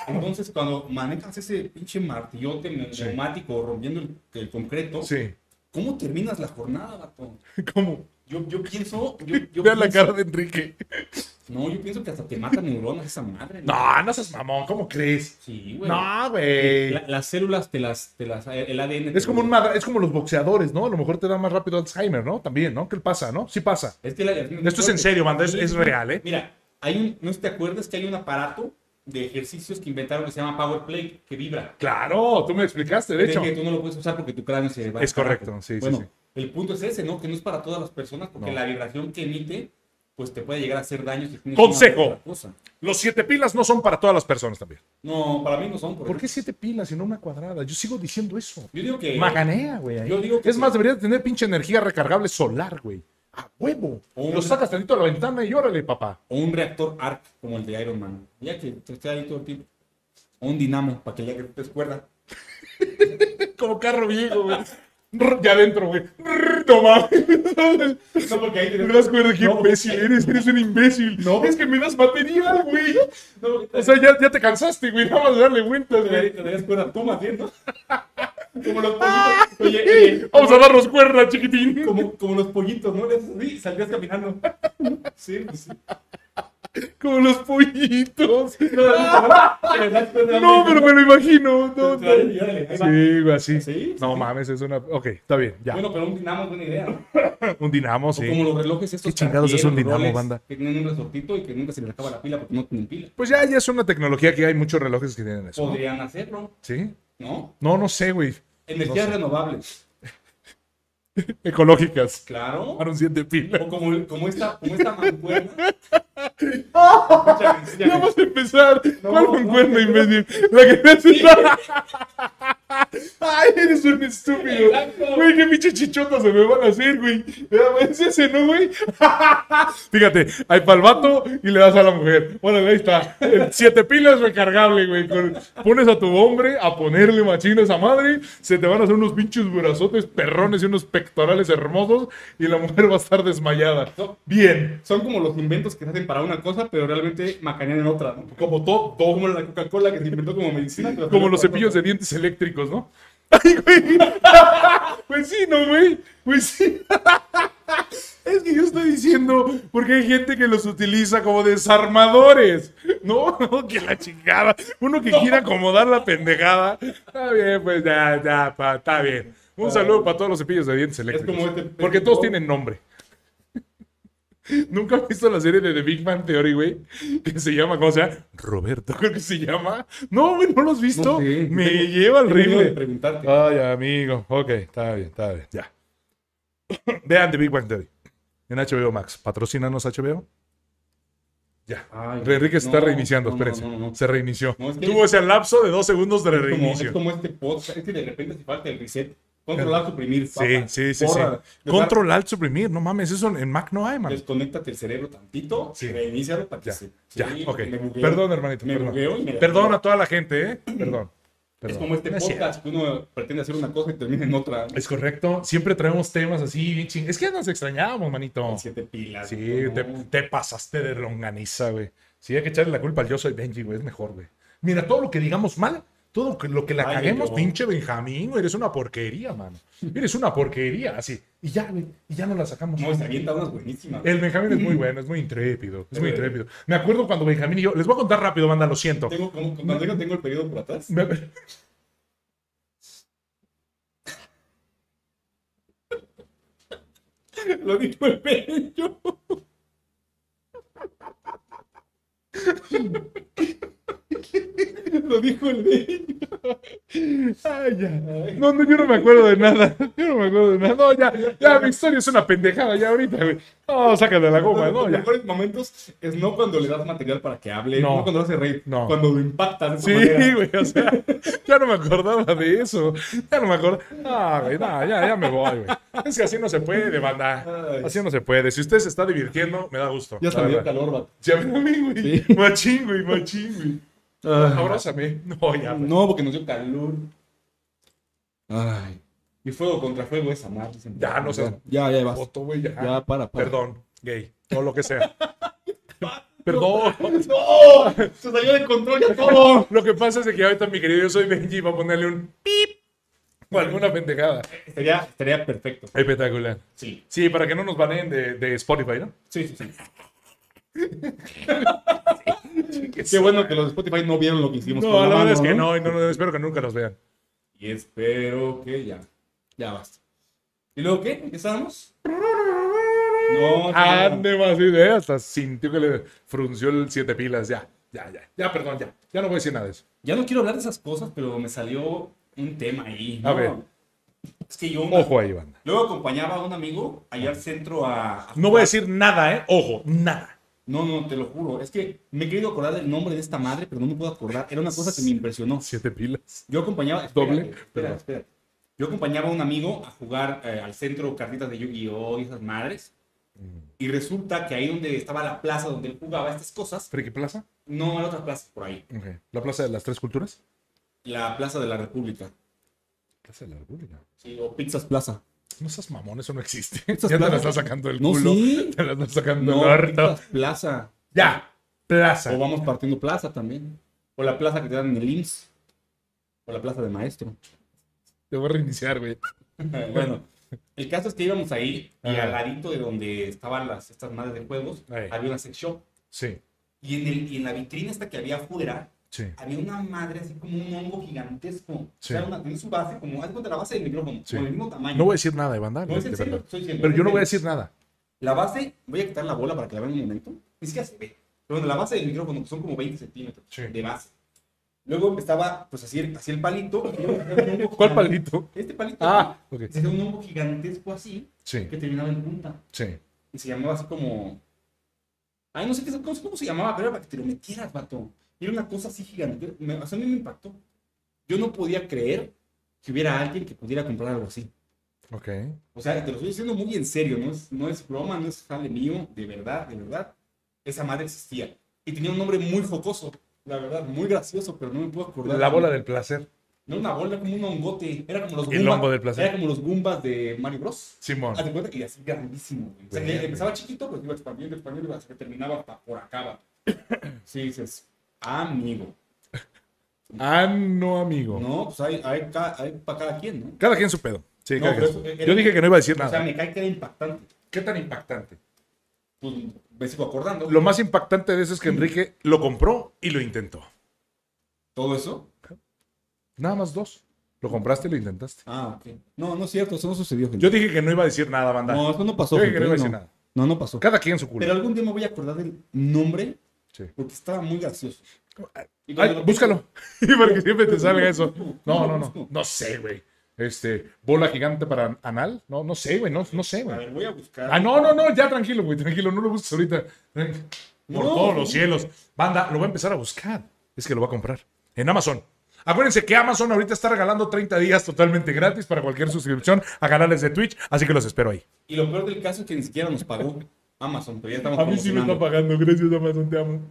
S1: Entonces, cuando manejas ese pinche martillote neumático rompiendo el, el concreto,
S2: Sí.
S1: ¿cómo terminas la jornada, vato?
S4: ¿Cómo?
S1: Yo, yo pienso, yo, yo
S2: Vean la
S1: pienso-
S2: cara de Enrique.
S1: No, yo pienso que hasta te mata neuronas esa madre. güey.
S2: No, no seas mamón, ¿cómo crees?
S1: Sí, güey.
S2: No, güey.
S1: La- las células te las, te las, eh, el ADN. te
S2: Es como,
S1: lo-
S2: un, madra- es como los boxeadores, ¿no? A lo mejor te da más rápido Alzheimer, ¿no? También, ¿no? ¿Qué pasa, no? Sí pasa.
S1: Es que la-
S2: Esto es en serio, banda, es- es real, ¿eh?
S1: Mira, hay un, no sé si te acuerdas que hay un aparato de ejercicios que inventaron que se llama Power Play, que vibra.
S2: Claro, tú me explicaste, de hecho.
S1: que tú no lo puedes usar porque tu cráneo se va.
S2: Es
S1: para
S2: correcto,
S1: abajo.
S2: sí, sí,
S1: Bueno,
S2: sí.
S1: el punto es ese, ¿no? Que no es para todas las personas porque
S2: No.
S1: la vibración que emite, pues te puede llegar a hacer daño. si tienes
S2: Consejo.
S1: una u otra cosa.
S2: Los siete pilas no son para todas las personas también.
S1: No, para mí no son.
S2: ¿Por qué
S1: ejemplo.
S2: siete pilas y no una cuadrada? Yo sigo diciendo eso.
S1: Yo digo que.
S2: Maganea, güey. ahí.
S1: yo digo que
S2: Es más,
S1: sí.
S2: deberías tener pinche energía recargable solar, güey. A huevo.
S1: Hombre.
S2: Lo sacas tantito a la ventana y órale, papá.
S1: O un reactor ARC como el de Iron Man. Ya que te esté ahí todo el tiempo. O un dinamo para que le hagas cuerda.
S2: Como carro viejo, güey. Rrr, Ya adentro, güey. Rrr, No mames.
S1: No, porque ahí te-
S2: ¿Te das cuenta qué
S1: No,
S2: imbécil ¿eh? eres? Eres un imbécil. No. Es que me das material, güey. O sea, ya, ya te cansaste, güey. Nada más de darle vueltas, güey.
S1: Te das cuerda tú más bien, ¿no? Como los pollitos. Oye, oye,
S2: Ah. Vamos a darnos cuerda, chiquitín.
S1: eh, como, como los pollitos, ¿no? Le haces así y saldrías caminando. Sí, pues sí.
S2: Como los pollitos.
S1: Le das cuerda,
S2: No, pero me lo imagino.
S1: Te-
S2: No,
S1: te das-
S2: no.
S1: y órale, ahí va.
S2: Sí, güey, así.
S1: Sí,
S2: No mames, es una. Ok, está bien, ya.
S1: Bueno, pero un dinamo es buena idea, ¿no?
S2: un dinamo,
S1: O
S2: sí.
S1: como los relojes esos.
S2: ¿Qué chingados es un
S1: Cartier,
S2: dinamo,
S1: Rolex,
S2: banda?
S1: Que tienen un resortito y que nunca se les acaba la pila porque no tienen pila.
S2: Pues ya, ya es una tecnología que hay muchos relojes que tienen eso. Pues ¿no?
S1: Podrían hacerlo,
S2: ¿Sí?
S1: ¿no?
S2: No, no sé, güey.
S1: Energías
S2: No sé.
S1: renovables.
S2: Ecológicas.
S1: Claro.
S2: Tomaron siete pilas.
S1: O como, como esta, como esta mancuerna. Escúchame, escúchame.
S2: Ya vamos a empezar.
S1: No,
S2: ¿Cuál
S1: no,
S2: mancuerna,
S1: no.
S2: imbécil? La que te hace. Ay, eres un estúpido.
S1: Exacto.
S2: Güey, qué pinche chichota se me van a hacer, güey. Es ese, ¿no, güey? Fíjate, hay pa'l vato y le das a la mujer. Bueno, ahí está. El Siete pilas recargable, güey. Con- Pones a tu hombre a ponerle machín a esa madre. Se te van a hacer unos pinches brazotes perrones y unos pectorales hermosos. Y la mujer va a estar desmayada.
S1: No.
S2: Bien.
S1: Son como los inventos que se hacen para una cosa, pero realmente macanean en otra, ¿no?
S2: Como todo.
S1: O como la Coca-Cola que se inventó como medicina. pero-
S2: Como los cepillos de dientes eléctricos, ¿no? Ay, güey. Pues sí, ¿no, güey? Pues sí. Es que yo estoy diciendo, porque hay gente que los utiliza como desarmadores. No, no, que la chingada. Uno que quiere acomodar la pendejada. Está bien, pues ya, ya, pa, está bien. Un saludo para todos los cepillos de dientes eléctricos.
S1: como este-
S2: porque todos tienen nombre. ¿Nunca has visto la serie de The Big Bang Theory, güey? Que se llama, ¿cómo se llama? Roberto, creo que se llama. No, güey, ¿no lo has visto?
S1: No sé.
S2: Me
S1: Tengo-
S2: lleva al
S1: Tengo miedo de
S2: rifle.
S1: preguntarte.
S2: Ay, amigo. Ok, está bien, está bien. Ya. Vean The Big Bang Theory. En HBO Max. Patrocínanos HBO. Ya.
S1: Ay,
S2: Ah, Enrique se está
S1: no,
S2: reiniciando,
S1: no,
S2: espérense.
S1: no, no, no.
S2: Se reinició.
S1: No, es que-
S2: Tuvo ese lapso de dos segundos de
S1: Es como,
S2: reinicio.
S1: es como este podcast, es que de repente se falta el reset. Controlar, suprimir.
S2: Sí,
S1: papá.
S2: sí, sí, sí.
S1: Borra, dejar-
S2: Control, Alt, suprimir. No mames, eso en Mac no hay, man.
S1: Desconéctate el cerebro tantito,
S2: Sí.
S1: reinícialo para que
S2: Ya,
S1: se.
S2: ya,
S1: Sí,
S2: ok.
S1: me bugueo.
S2: Perdón, hermanito.
S1: Me
S2: Perdón.
S1: bugueo y me-
S2: Perdón a toda la gente, ¿eh? Perdón.
S1: Es
S2: Perdón.
S1: como este
S2: No es cierto.
S1: podcast que uno pretende hacer una cosa y termina en otra.
S2: Es correcto. Siempre traemos temas así, bien ching. Es que nos extrañábamos, manito.
S1: Siete pilas.
S2: Sí,
S1: no.
S2: te, te pasaste de longaniza, güey. Sí, hay que echarle la culpa al yo soy Benji, güey. Es mejor, güey. Mira, todo lo que digamos mal, todo lo que, lo que la
S1: Ay,
S2: caguemos,
S1: yo.
S2: pinche Benjamín, güey, eres una porquería, mano. Eres una porquería, así. Y ya, güey, y ya no la sacamos.
S1: No, se avienta unas buenísimas.
S2: El Benjamín es muy bueno, es muy intrépido, es muy intrépido. Me acuerdo cuando Benjamín y yo, les voy a contar rápido, banda, lo siento.
S1: eh, Tengo, como, cuando digo tengo el periodo por atrás.
S2: Me-
S1: Lo dijo el bello. Lo dijo el bello.
S2: Ay, ya. No, no, yo no me acuerdo de nada. Yo no me acuerdo de nada. No, ya, ya, mi historia es una pendejada ya ahorita, güey. No, sácate la goma,
S1: Los
S2: no, Oh, ya.
S1: mejores momentos es no cuando le das material para que hable, no,
S2: No.
S1: cuando lo hace reír,
S2: No.
S1: cuando lo impactas. de esa
S2: Sí,
S1: manera.
S2: güey, o sea, ya no me acordaba de eso. Ya no me acordaba. Ah, güey, no, ya, ya me voy, güey. Es que así no se puede, banda.
S1: Ay.
S2: Así no se puede. Si usted se está divirtiendo, me da gusto.
S1: Ya
S2: la
S1: se me dio
S2: verdad.
S1: calor, vato.
S2: Ya me a mí, güey. Machín, güey, machín, güey. Abrázame. No, ya.
S6: Mm.
S2: pues, güey.
S1: No, porque nos dio calor. Ay. Y fuego contra fuego es amar. dicen.
S2: Ya, no seas
S6: Ya, ya, vas.
S2: foto, güey, ya.
S6: Ya, para, para.
S2: Perdón, gay, o lo que sea. Perdón.
S1: ¡No! Se salió de control ya todo.
S2: Lo que pasa es de que ahorita mi querido yo soy Benji va a ponerle un pip o alguna pendejada.
S1: Sería, sería perfecto.
S2: Espectacular.
S1: Sí.
S2: Sí, para que no nos baneen de, de Spotify, ¿no?
S1: Sí, sí, sí. Qué bueno que los de Spotify no vieron lo que hicimos.
S2: No,
S1: con
S2: la verdad es que
S1: mano,
S2: no, y no, no, espero que nunca nos vean.
S1: Y espero que ya. Ya basta. ¿Y luego qué? ¿En ¿Qué estábamos? No,
S2: Ah,
S1: no.
S2: de más ideas, hasta sintió que le frunció el siete pilas, ya, ya, ya, ya, perdón, ya, ya no voy a decir nada de eso.
S1: Ya no quiero hablar de esas cosas, pero me salió un tema ahí.
S2: A
S1: ¿no?
S2: ver.
S1: Es que yo una-
S2: Ojo ahí, banda.
S1: luego acompañaba a un amigo allá al centro a... a
S2: No voy
S1: jugar.
S2: a decir nada, ¿eh? Ojo, nada.
S1: No, no, te lo juro. Es que me he querido acordar del nombre de esta madre, pero no me puedo acordar. Era una cosa que me impresionó.
S2: Siete pilas.
S1: Yo acompañaba... espérate,
S2: Doble,
S1: espérate,
S2: perdón.
S1: espérate. Yo acompañaba a un amigo a jugar eh, al centro cartitas de Yu-Gi-Oh! y esas madres.
S2: Mm.
S1: Y resulta que ahí donde estaba la plaza donde él jugaba estas cosas,
S2: ¿Friki Plaza?
S1: no, la otra plaza por ahí.
S2: Ok. ¿La Plaza de las Tres Culturas?
S1: La Plaza de la República.
S2: Plaza de la República.
S1: Sí, o Pizzas Plaza.
S2: No seas mamón, eso no existe.
S1: Estas
S2: ya te la
S1: plazas-
S2: está sacando el
S1: No,
S2: culo.
S1: sí.
S2: Te la está sacando
S1: No,
S2: el harto.
S1: Pizzas Plaza.
S2: Ya, plaza.
S1: O vamos partiendo plaza también. O la plaza que te dan en el IMSS. O la plaza de maestro.
S2: Te voy a reiniciar, güey.
S1: bueno, el caso es que íbamos ahí y
S2: Ajá.
S1: al ladito de donde estaban las, estas madres de juegos,
S2: Ah. Ahí.
S1: había una sex shop.
S2: Sí,
S1: Y en, el, y en la vitrina esta que había afuera,
S2: sí,
S1: había una madre así como un hongo gigantesco.
S2: Sí.
S1: O sea, una, tenía su base como, haz de cuenta la base del micrófono,
S2: Sí.
S1: con el mismo tamaño.
S2: No voy a decir nada, de banda.
S1: No, es
S2: de
S1: en serio,
S2: verdad.
S1: estoy diciendo,
S2: Pero
S1: es
S2: yo no
S1: en
S2: voy a
S1: serio.
S2: decir nada.
S1: La base, voy a quitar la bola para que la vean un momento. Ni siquiera se ve. Pero bueno, la base del micrófono que son como 20 centímetros
S2: Sí.
S1: de base. Luego estaba, pues así, el- así el palito. y luego estaba un hongo
S2: ¿Cuál
S1: gigante.
S2: palito?
S1: Este palito.
S2: Ah, ok.
S1: Se hacía un hongo gigantesco así
S2: Sí,
S1: que terminaba en punta.
S2: sí.
S1: Y se llamaba así como. Ay, no sé qué, no sé cómo se llamaba, pero era para que te lo metieras, vato. Y era una cosa así gigante. Me, o sea, a mí me impactó. Yo no podía creer que hubiera alguien que pudiera comprar algo así.
S2: Ok.
S1: O sea, te lo estoy diciendo muy en serio, no es, no es broma, no es jale mío, de verdad, de verdad. Esa madre existía. Y tenía un nombre muy focoso, la verdad, muy gracioso, pero no me puedo acordar.
S2: La bola del placer.
S1: No era una bola, era como un hongote. Era como los
S2: El hongo del placer.
S1: Era como los Goombas de Mario Bros.
S2: Simón.
S1: Haz de cuenta que así grandísimo, güey. O sea, que
S2: Verga.
S1: empezaba chiquito, pues iba expandiendo, expandiendo, hasta que terminaba pa- por acá. va. Sí, dices, amigo.
S2: Ah, no, amigo.
S1: No, pues hay, hay, ca- hay para cada quien, ¿no?
S2: Cada quien su pedo. Sí,
S1: No,
S2: cada
S1: pero
S2: quien su
S1: eso
S2: pedo.
S1: era-
S2: Yo dije que no iba a decir
S1: O sea,
S2: nada.
S1: me cae que era impactante.
S2: ¿Qué tan impactante?
S1: Pues me sigo acordando.
S2: Lo más impactante de eso es que Enrique lo compró y lo intentó.
S1: Todo eso
S2: Nada más dos. Lo compraste y lo intentaste.
S1: Ah, ok.
S6: No, no es cierto, eso no sucedió, gente.
S2: Yo dije que no iba a decir nada, banda.
S6: No, eso no pasó.
S2: Yo dije
S6: gente,
S2: que no iba a
S6: no.
S2: decir nada.
S6: no, no pasó.
S2: Cada quien su culo.
S1: Pero algún día me voy a acordar del nombre
S2: Sí.
S1: porque estaba muy gracioso. Y cuando
S2: Ay,
S1: lo-
S2: búscalo. Y para que siempre te salga eso. No, no, no. No sé, güey. Este, bola gigante para anal. No, no sé, güey. No, no sé,
S1: A
S2: güey.
S1: ver, voy a buscar.
S2: Ah, no, no, no. Ya tranquilo, güey. Tranquilo. No lo busques ahorita. Por
S1: No.
S2: todos los cielos. Banda, lo va a empezar a buscar. Es que lo va a comprar. En Amazon. Acuérdense que Amazon ahorita está regalando 30 días totalmente gratis para cualquier suscripción a canales de Twitch. Así que los espero ahí.
S1: Y lo peor del caso es que ni siquiera nos pagó Amazon, pero ya estamos
S2: A mí sí me está
S1: promocionando.
S2: pagando. Gracias, Amazon. Te amo.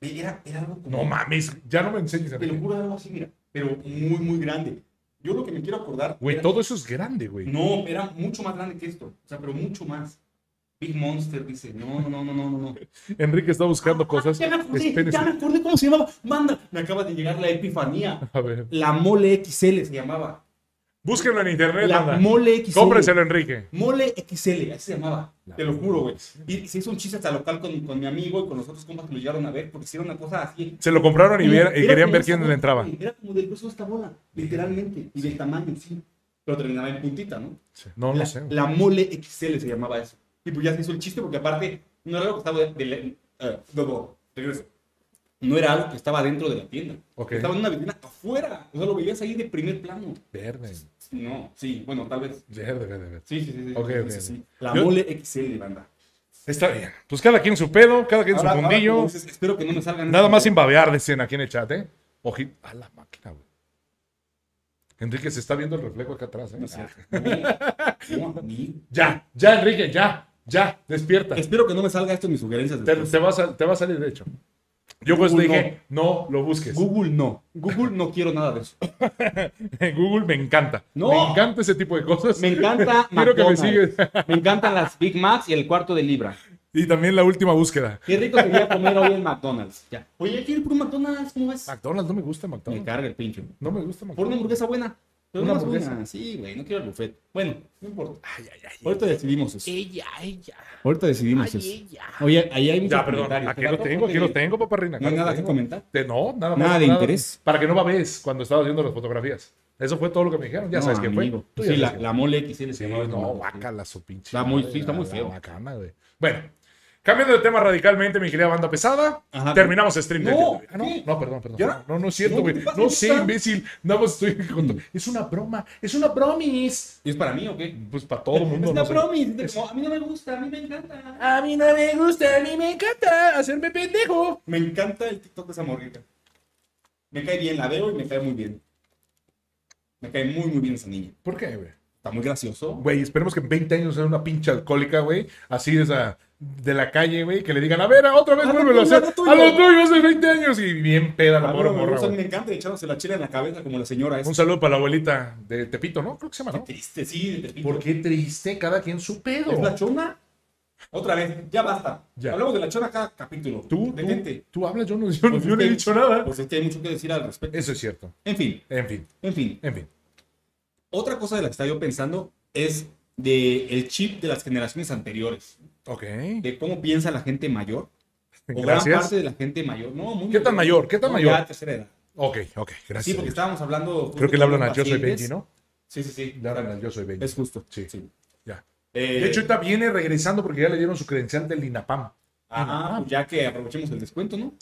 S1: Era, era algo como...
S2: No mames. Ya no me enseñes.
S1: Te lo
S2: Enrique.
S1: juro, era algo así, mira. Pero muy, muy grande. Yo lo que me quiero acordar...
S2: Güey,
S1: era-
S2: todo eso es grande, güey.
S1: No, era mucho más grande que esto. O sea, pero mucho más. Big Monster dice, no, no, no, no, no, no.
S2: Enrique está buscando cosas.
S1: Ah, Ya me acordé,
S2: Espérense.
S1: ya me acordé cómo se llamaba. Manda, me acaba de llegar la epifanía.
S2: A ver.
S1: La Mole XL se llamaba.
S2: Búsquenlo en internet,
S1: La
S2: banda.
S1: Mole XL.
S2: Cómprenselo, Enrique.
S1: Mole XL, así se llamaba. Te lo juro, güey. Y y se hizo un chiste hasta local con, con mi amigo y con los otros compas que lo llegaron a ver porque hicieron una cosa así.
S2: Se lo compraron y,
S1: Como-
S2: vier- y
S1: era
S2: querían
S1: como
S2: ver
S1: esa
S2: quién
S1: bola,
S2: le entraba.
S1: güey. Era como del grueso de esta bola, literalmente. Y del tamaño, sí. Pero terminaba en puntita, ¿no?
S2: No,
S1: la,
S2: no sé. güey.
S1: la Mole XL se llamaba eso. Y pues ya se hizo el chiste porque aparte no era lo que estaba de... de- eh, no, no, regreso. no era algo que estaba dentro de la tienda.
S2: Ok.
S1: Estaba en una vitrina afuera. O sea, lo veías ahí de primer plano.
S2: Verde.
S1: No, sí, bueno, tal vez.
S2: Verde, verde, verde.
S1: Sí, sí, sí. sí,
S2: Ok,
S1: sí,
S2: ok,
S1: sí,
S2: ok.
S1: sí. La
S2: Yo-
S1: mole XL, banda.
S2: Está bien. Pues cada quien su pedo, cada quien
S1: Ahora-
S2: su
S1: ahora
S2: mundillo.
S1: como dices, espero que no me salgan.
S2: Nada más sin babear, decían aquí en el chat, ¿eh? Ojito. A la máquina, güey. Enrique se está viendo el reflejo acá atrás, ¿eh?
S1: No es cierto. No, ni-
S2: Ya, ya, Enrique, ya, ya, despierta.
S1: Espero que no me salga esto en mis sugerencias.
S2: Te,
S1: después.
S2: te va, a, sal- te va a salir, de hecho. Yo pues
S1: Google
S2: te dije, no. lo busques.
S1: Google no. Google no quiero nada de eso.
S2: En Google me encanta.
S1: No.
S2: Me encanta ese tipo de cosas.
S1: Me encanta
S2: Quiero que me
S1: McDonald's.
S2: sigues.
S1: Me encantan las Big Macs y el cuarto de libra.
S2: Y también la última búsqueda.
S1: Qué rico sería comer hoy en McDonald's. Ya. Oye, quiero ir por un McDonald's, ¿cómo ves?
S2: McDonald's no me gusta,
S1: Me
S2: McDonald's.
S1: carga el pinche.
S2: No me gusta,
S1: Por una
S2: McDonald's.
S1: hamburguesa buena. Pero
S2: Una
S1: una hamburguesa.
S2: hamburguesa.
S1: Sí, güey, no quiero el buffet. Bueno, no importa.
S7: Ahorita decidimos eso.
S1: Ella, ella.
S7: Ahorita decidimos eso. Oye, ahí hay muchos
S2: Ya, perdón.
S1: comentarios.
S2: Aquí lo tengo, aquí lo tengo, paparrina.
S1: No hay
S2: acá lo
S1: nada que
S2: tengo.
S1: comentar.
S2: Te- no, nada más.
S7: Nada de interés.
S2: Para que no babes cuando estaba haciendo las fotografías. Eso fue todo lo que me dijeron. Ya
S1: No,
S2: sabes quién fue.
S1: amigo.
S2: Tú ya
S1: Sí,
S2: sabes
S1: la,
S2: quién
S1: la mole XL. se
S2: Sí,
S1: llamaba esa
S2: no,
S1: madre.
S2: guácala su pinche.
S1: Está muy-
S2: madre,
S1: sí, está muy
S2: la-
S1: feo.
S2: la bacana, güey. Bueno, cambiando de tema radicalmente, mi querida banda pesada,
S1: Ajá.
S2: terminamos stream de-
S1: No,
S2: Ah, no,
S1: ¿qué?
S2: no, perdón, perdón.
S1: ¿Ya?
S2: No, no es cierto,
S1: No,
S2: güey.
S1: ¿qué
S2: No,
S1: pasa,
S2: sé,
S1: neta?
S2: imbécil. Nada más estoy contando. Es una broma, es una bromis.
S1: ¿Y ¿Es para mí o qué?
S2: Pues para todo el mundo.
S1: es la
S2: no sé.
S1: promis. de- no, a mí no me gusta, a mí me encanta.
S2: A mí no me gusta, a mí me encanta hacerme pendejo.
S1: Me encanta el TikTok de esa morrita. Me cae bien, la veo y me cae muy bien. Me cae muy, muy bien esa niña.
S2: ¿Por qué, güey?
S1: Está muy gracioso.
S2: Güey, esperemos que en 20 años sea una pinche alcohólica, güey. Así de, esa, de la calle, güey. Que le digan, a ver, otra vez
S1: A lo
S2: vuélvelo a
S1: tuyo,
S2: hacer.
S1: a lo tuyo.
S2: A los tuyos hace 20 años. Y bien peda la
S1: A mí
S2: morra,
S1: no me
S2: morra,
S1: gusta, a mí me
S2: güey.
S1: encanta echándose la chela en la cabeza como la señora. Es
S2: Un saludo para la abuelita de Tepito, ¿no? Creo que se llama, ¿no?
S1: triste, sí. de-
S2: ¿Por qué triste? Cada quien su pedo.
S1: ¿Es la chona? Otra vez, ya basta.
S2: Ya.
S1: Hablamos de la chona cada capítulo.
S2: Tú,
S1: de
S2: tú,
S1: gente.
S2: tú hablas, yo no, yo, yo no he
S1: es que-
S2: dicho nada.
S1: Pues es que hay mucho que decir al respecto.
S2: Eso es cierto.
S1: En fin,
S2: En fin,
S1: en fin.
S2: en fin.
S1: Otra cosa de la que estaba yo pensando es de el chip de las generaciones anteriores.
S2: Ok.
S1: De cómo piensa la gente mayor. O gran
S2: Gracias.
S1: parte de la gente mayor. No, muy
S2: ¿Qué tan mayor? ¿Qué tan mayor?
S1: Ya, tercera edad.
S2: Ok, ok, gracias.
S1: Sí, porque estábamos hablando. justo
S2: Creo que le hablan
S1: con
S2: a Yo soy
S1: pacientes.
S2: Benji, ¿no?
S1: Sí, sí, sí.
S2: Le hablan a Yo soy Benji.
S1: Es justo.
S2: Sí. Ya.
S1: Eh,
S2: De hecho, ahorita viene regresando porque ya le dieron su credencial del INAPAM.
S1: ajá, pues ya que aprovechemos el descuento, ¿no?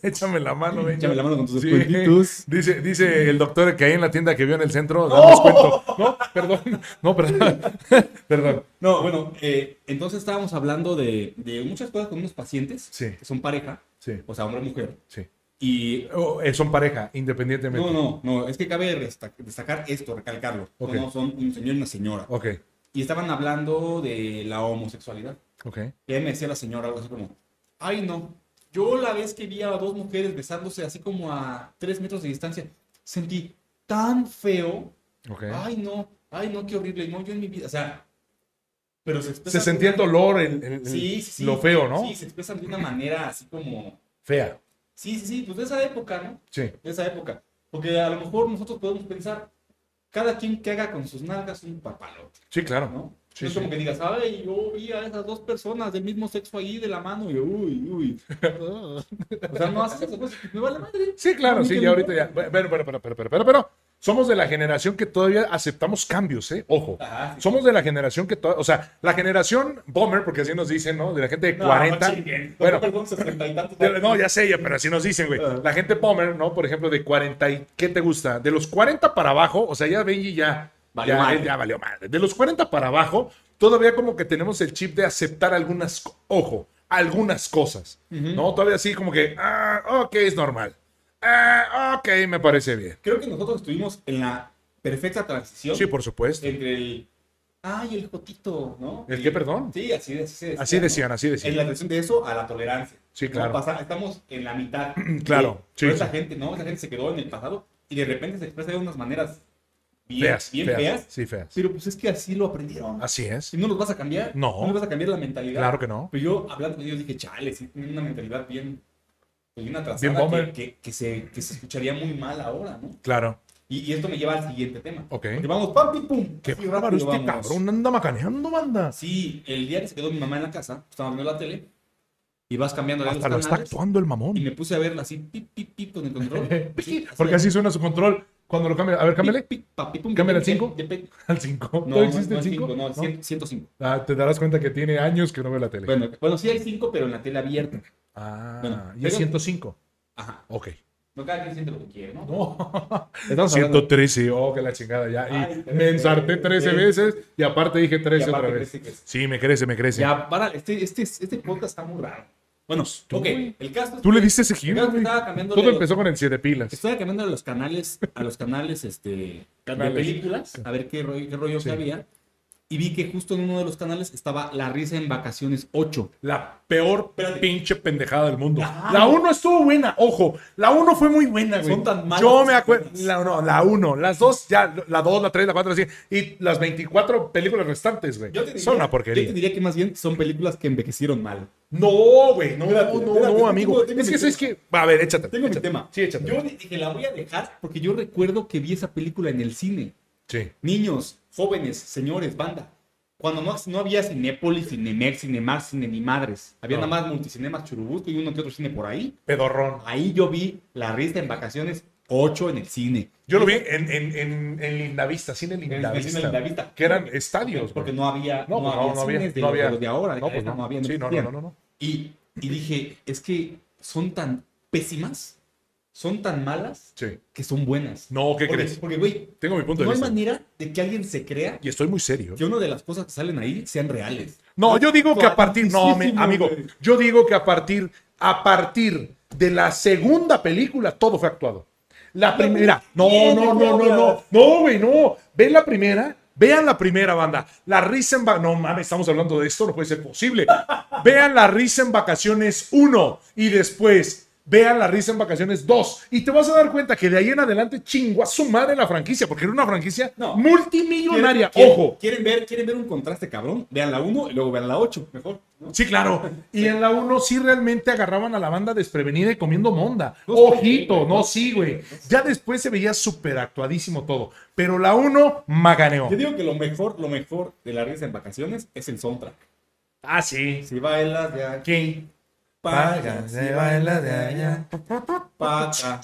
S2: Échame la mano, Benji.
S1: Échame la mano con tus
S2: Sí.
S1: descuentitos.
S2: Dice, dice el doctor que ahí en la tienda que vio en el centro da descuento. No, perdón. No, perdón. perdón.
S1: No, bueno, eh, entonces estábamos hablando de, de muchas cosas con unos pacientes
S2: Sí.
S1: que son pareja,
S2: Sí,
S1: o sea, hombre y mujer.
S2: sí.
S1: Y
S2: Oh, eh, son pareja, independientemente.
S1: no, no, no, es que cabe resta- destacar esto, recalcarlo.
S2: Ok.
S1: No son un señor y una señora.
S2: Ok,
S1: Y estaban hablando de la homosexualidad.
S2: ok.
S1: Y ahí me decía la señora algo así como, ay no, yo la vez que vi a dos mujeres besándose así como a tres metros de distancia, sentí tan feo,
S2: ok.
S1: ay no, ay no, qué horrible, no, yo en mi vida, o sea, pero se expresa...
S2: Se sentía el dolor, el, el- el-
S1: pues Sí, sí, sí.
S2: lo feo, ¿no?
S1: Sí, se expresan de una manera así como,
S2: Fea.
S1: sí, sí, sí, pues de esa época, ¿no?
S2: Sí,
S1: De esa época. Porque a lo mejor nosotros podemos pensar, cada quien que haga con sus nalgas un papalote.
S2: sí, claro.
S1: ¿no?
S2: Sí,
S1: no es
S2: sí.
S1: como que digas, ay, yo vi a esas dos personas del mismo sexo ahí de la mano y yo, uy, uy. o sea, no haces eso, pues, me vale madre.
S2: Sí, claro,
S1: A mí
S2: sí,
S1: que
S2: ya
S1: me
S2: ahorita ya.
S1: importa.
S2: Pero, pero, pero, pero, pero, pero, pero, somos de la generación que todavía aceptamos cambios, ¿eh? Ojo.
S1: Ajá, sí.
S2: Somos de la generación que todavía, o sea, la generación bomber, porque así nos dicen, ¿no? De la gente de 40. bueno,
S1: perdón, 60 y tantos.
S2: de- no, ya sé, ya, pero así nos dicen, güey.
S1: Ajá.
S2: La gente bomber, ¿no? Por ejemplo, de 40 y, ¿qué te gusta? De los 40 para abajo, o sea, ya Benji ya.
S1: Valió
S2: ya,
S1: madre.
S2: ya valió madre. De los 40 para abajo, todavía como que tenemos el chip de aceptar algunas, co- ojo, algunas cosas. ¿No? Todavía así como que, ah, ok, es normal. Ah, ok, me parece bien.
S1: Creo que nosotros estuvimos en la perfecta transición
S2: Sí, por supuesto.
S1: entre el, ay, el jotito, ¿no?
S2: ¿El
S1: Y-
S2: qué, perdón?
S1: Sí, así, de- así se decía,
S2: Así
S1: ¿no?
S2: decían, así
S1: En
S2: decían.
S1: la transición de eso a la tolerancia.
S2: Sí,
S1: ¿no?
S2: claro.
S1: Pasa- estamos en la mitad.
S2: claro,
S1: Sí, pero
S2: sí,
S1: esa
S2: sí.
S1: gente, ¿no? Esa gente se quedó en el pasado y de repente se expresa de unas maneras bien
S2: Feas,
S1: bien
S2: feas,
S1: feas
S2: Sí, feas.
S1: Pero pues es que así lo aprendieron.
S2: Así es.
S1: Si no los vas a cambiar,
S2: No.
S1: los vas a cambiar la mentalidad.
S2: Claro que no.
S1: Pero yo hablando con ellos dije, chale, sí, tienen una mentalidad bien, pues, bien
S2: Bien
S1: atrasada
S2: boomer.
S1: que, que, que se, que se escucharía muy mal ahora, ¿no?
S2: Claro.
S1: Y, y esto me lleva al siguiente tema.
S2: Ok.
S1: Porque vamos, pam, pim, pum.
S2: Qué
S1: Así
S2: bárbaro
S1: rápido
S2: este
S1: vamos.
S2: cabrón anda macaneando, banda.
S1: Sí, el día que se quedó mi mamá en la casa, estaba viendo la tele y vas cambiando los
S2: Hasta lo está
S1: canales
S2: actuando el
S1: y
S2: mamón.
S1: me puse a verla así, pip, pip, pip, con el control. Sí,
S2: Porque así suena su control cuando lo cambia. A ver, cámbiale.
S1: Pip, pip, pa, pip, pum,
S2: Cámbiale al
S1: pip,
S2: cinco.
S1: pip, pip.
S2: Al 5.
S1: No,
S2: ¿No Ah, existe
S1: no
S2: el
S1: es cinco,
S2: 5?
S1: no, cien- 105.
S2: te darás cuenta que tiene años que no ve la tele.
S1: Bueno, bueno, sí hay cinco, pero en la tele abierta.
S2: Ah,
S1: Bueno,
S2: y es
S1: pero-
S2: 105.
S1: Ajá.
S2: Ok.
S1: No cada quien siente lo que quiere, ¿no?
S8: Estamos hablando-
S2: 113, oh, que la chingada ya. Y
S1: Ay,
S2: me ensarté 13
S1: sí.
S2: veces y aparte dije 13
S1: Y
S2: otra
S1: aparte
S2: vez.
S1: crece que es-
S2: Sí, me crece, me crece.
S1: Ya, para, este, este, este podcast está muy raro. Bueno, ok, el caso es
S2: Tú
S1: que
S2: le diste ese giro,
S1: Claro que
S2: güey.
S1: estaba cambiando
S2: Todo
S1: de-
S2: empezó con el 7 pilas.
S1: estaba Pues, cambiando a los canales, a los canales, este,
S2: Canales.
S1: de películas, a ver qué rollo, qué rollo que había. Y vi que justo en uno de los canales estaba La Risa en Vacaciones 8.
S2: La peor
S1: Espérate.
S2: pinche pendejada del mundo. La 1 estuvo buena, ojo. La 1 fue muy buena, güey.
S1: Son tan malas
S2: Yo me
S1: las
S2: acuerdo.
S1: películas.
S2: La, no, la 1. Las 2 ya. La 2, la 3, la 4, así. Y las 24 películas restantes, güey.
S1: Yo te diría-
S2: Son una
S1: Yo
S2: porquería.
S1: te diría que más bien son películas que envejecieron mal.
S2: No, güey. No,
S1: Espérate,
S2: no,
S1: espérate,
S2: no,
S1: tengo-
S2: amigo.
S1: tengo
S2: es
S1: mi
S2: que, es que. A ver, échate.
S1: Tengo mi
S2: échate.
S1: tema.
S2: Sí, échate.
S1: Yo dije, la voy a dejar porque yo recuerdo que vi esa película en el cine.
S2: Sí.
S1: Niños, jóvenes, señores, banda. Cuando no, no había Cinépolis, Cinemex, Cinemax, Cine ni madres. Había
S2: No.
S1: nada más multicinemas Churubusco y uno que otro cine por ahí.
S2: Pedorrón.
S1: Ahí yo vi La Risa en Vacaciones 8 en el cine.
S2: Yo lo vi en, en, en, en Lindavista, cine
S1: el cine
S2: Lindavista.
S1: Lindavista.
S2: Que eran estadios,
S1: Porque
S2: güey.
S1: no había,
S2: No,
S1: no,
S2: pues,
S1: había
S2: no, no había,
S1: cines de,
S2: no
S1: los- de
S2: había.
S1: los de ahora.
S2: No, pues,
S1: no,
S2: no.
S1: había.
S2: Sí, no, no,
S1: existían.
S2: no, no, no.
S1: Y, y dije, es que son tan pésimas, son tan malas,
S2: Sí.
S1: que son buenas.
S2: No, ¿qué
S1: Porque-
S2: crees?
S1: Porque, güey,
S2: Tengo mi punto de
S1: no hay
S2: vista.
S1: manera de que alguien se crea
S2: Y estoy muy serio.
S1: que una de las cosas que salen ahí sean reales.
S2: No, yo digo que a partir, no, mi-
S1: Clarísimo,
S2: amigo,
S1: güey.
S2: yo digo que a partir, a partir de la segunda película todo fue actuado. La primera, no, no, no, no, no, no, güey, no. Ven la primera, vean la primera banda. La risa en va- no mames, estamos hablando de esto, no puede ser posible. Vean la risa en vacaciones 1 y después vean la risa en vacaciones 2 y te vas a dar cuenta que de ahí en adelante chingó a su madre la franquicia, porque era una franquicia
S1: No.
S2: multimillonaria,
S1: ¿Quieren-
S2: ojo.
S1: ¿quieren ver, ¿Quieren ver un contraste cabrón? Vean la 1 y luego vean la 8, mejor. ¿no?
S2: Sí, claro. Y en la 1 sí realmente agarraban a la banda desprevenida y comiendo monda.
S1: No,
S2: Ojito,
S1: sí,
S2: no, sí, güey. Ya después se veía súper actuadísimo todo. Pero la 1 maganeó.
S1: Yo digo que lo mejor, lo mejor de la risa en vacaciones es el soundtrack.
S2: Ah, sí.
S1: Si bailas de aquí,
S2: ¿Quién?
S1: paga. Si bailas de allá, paga.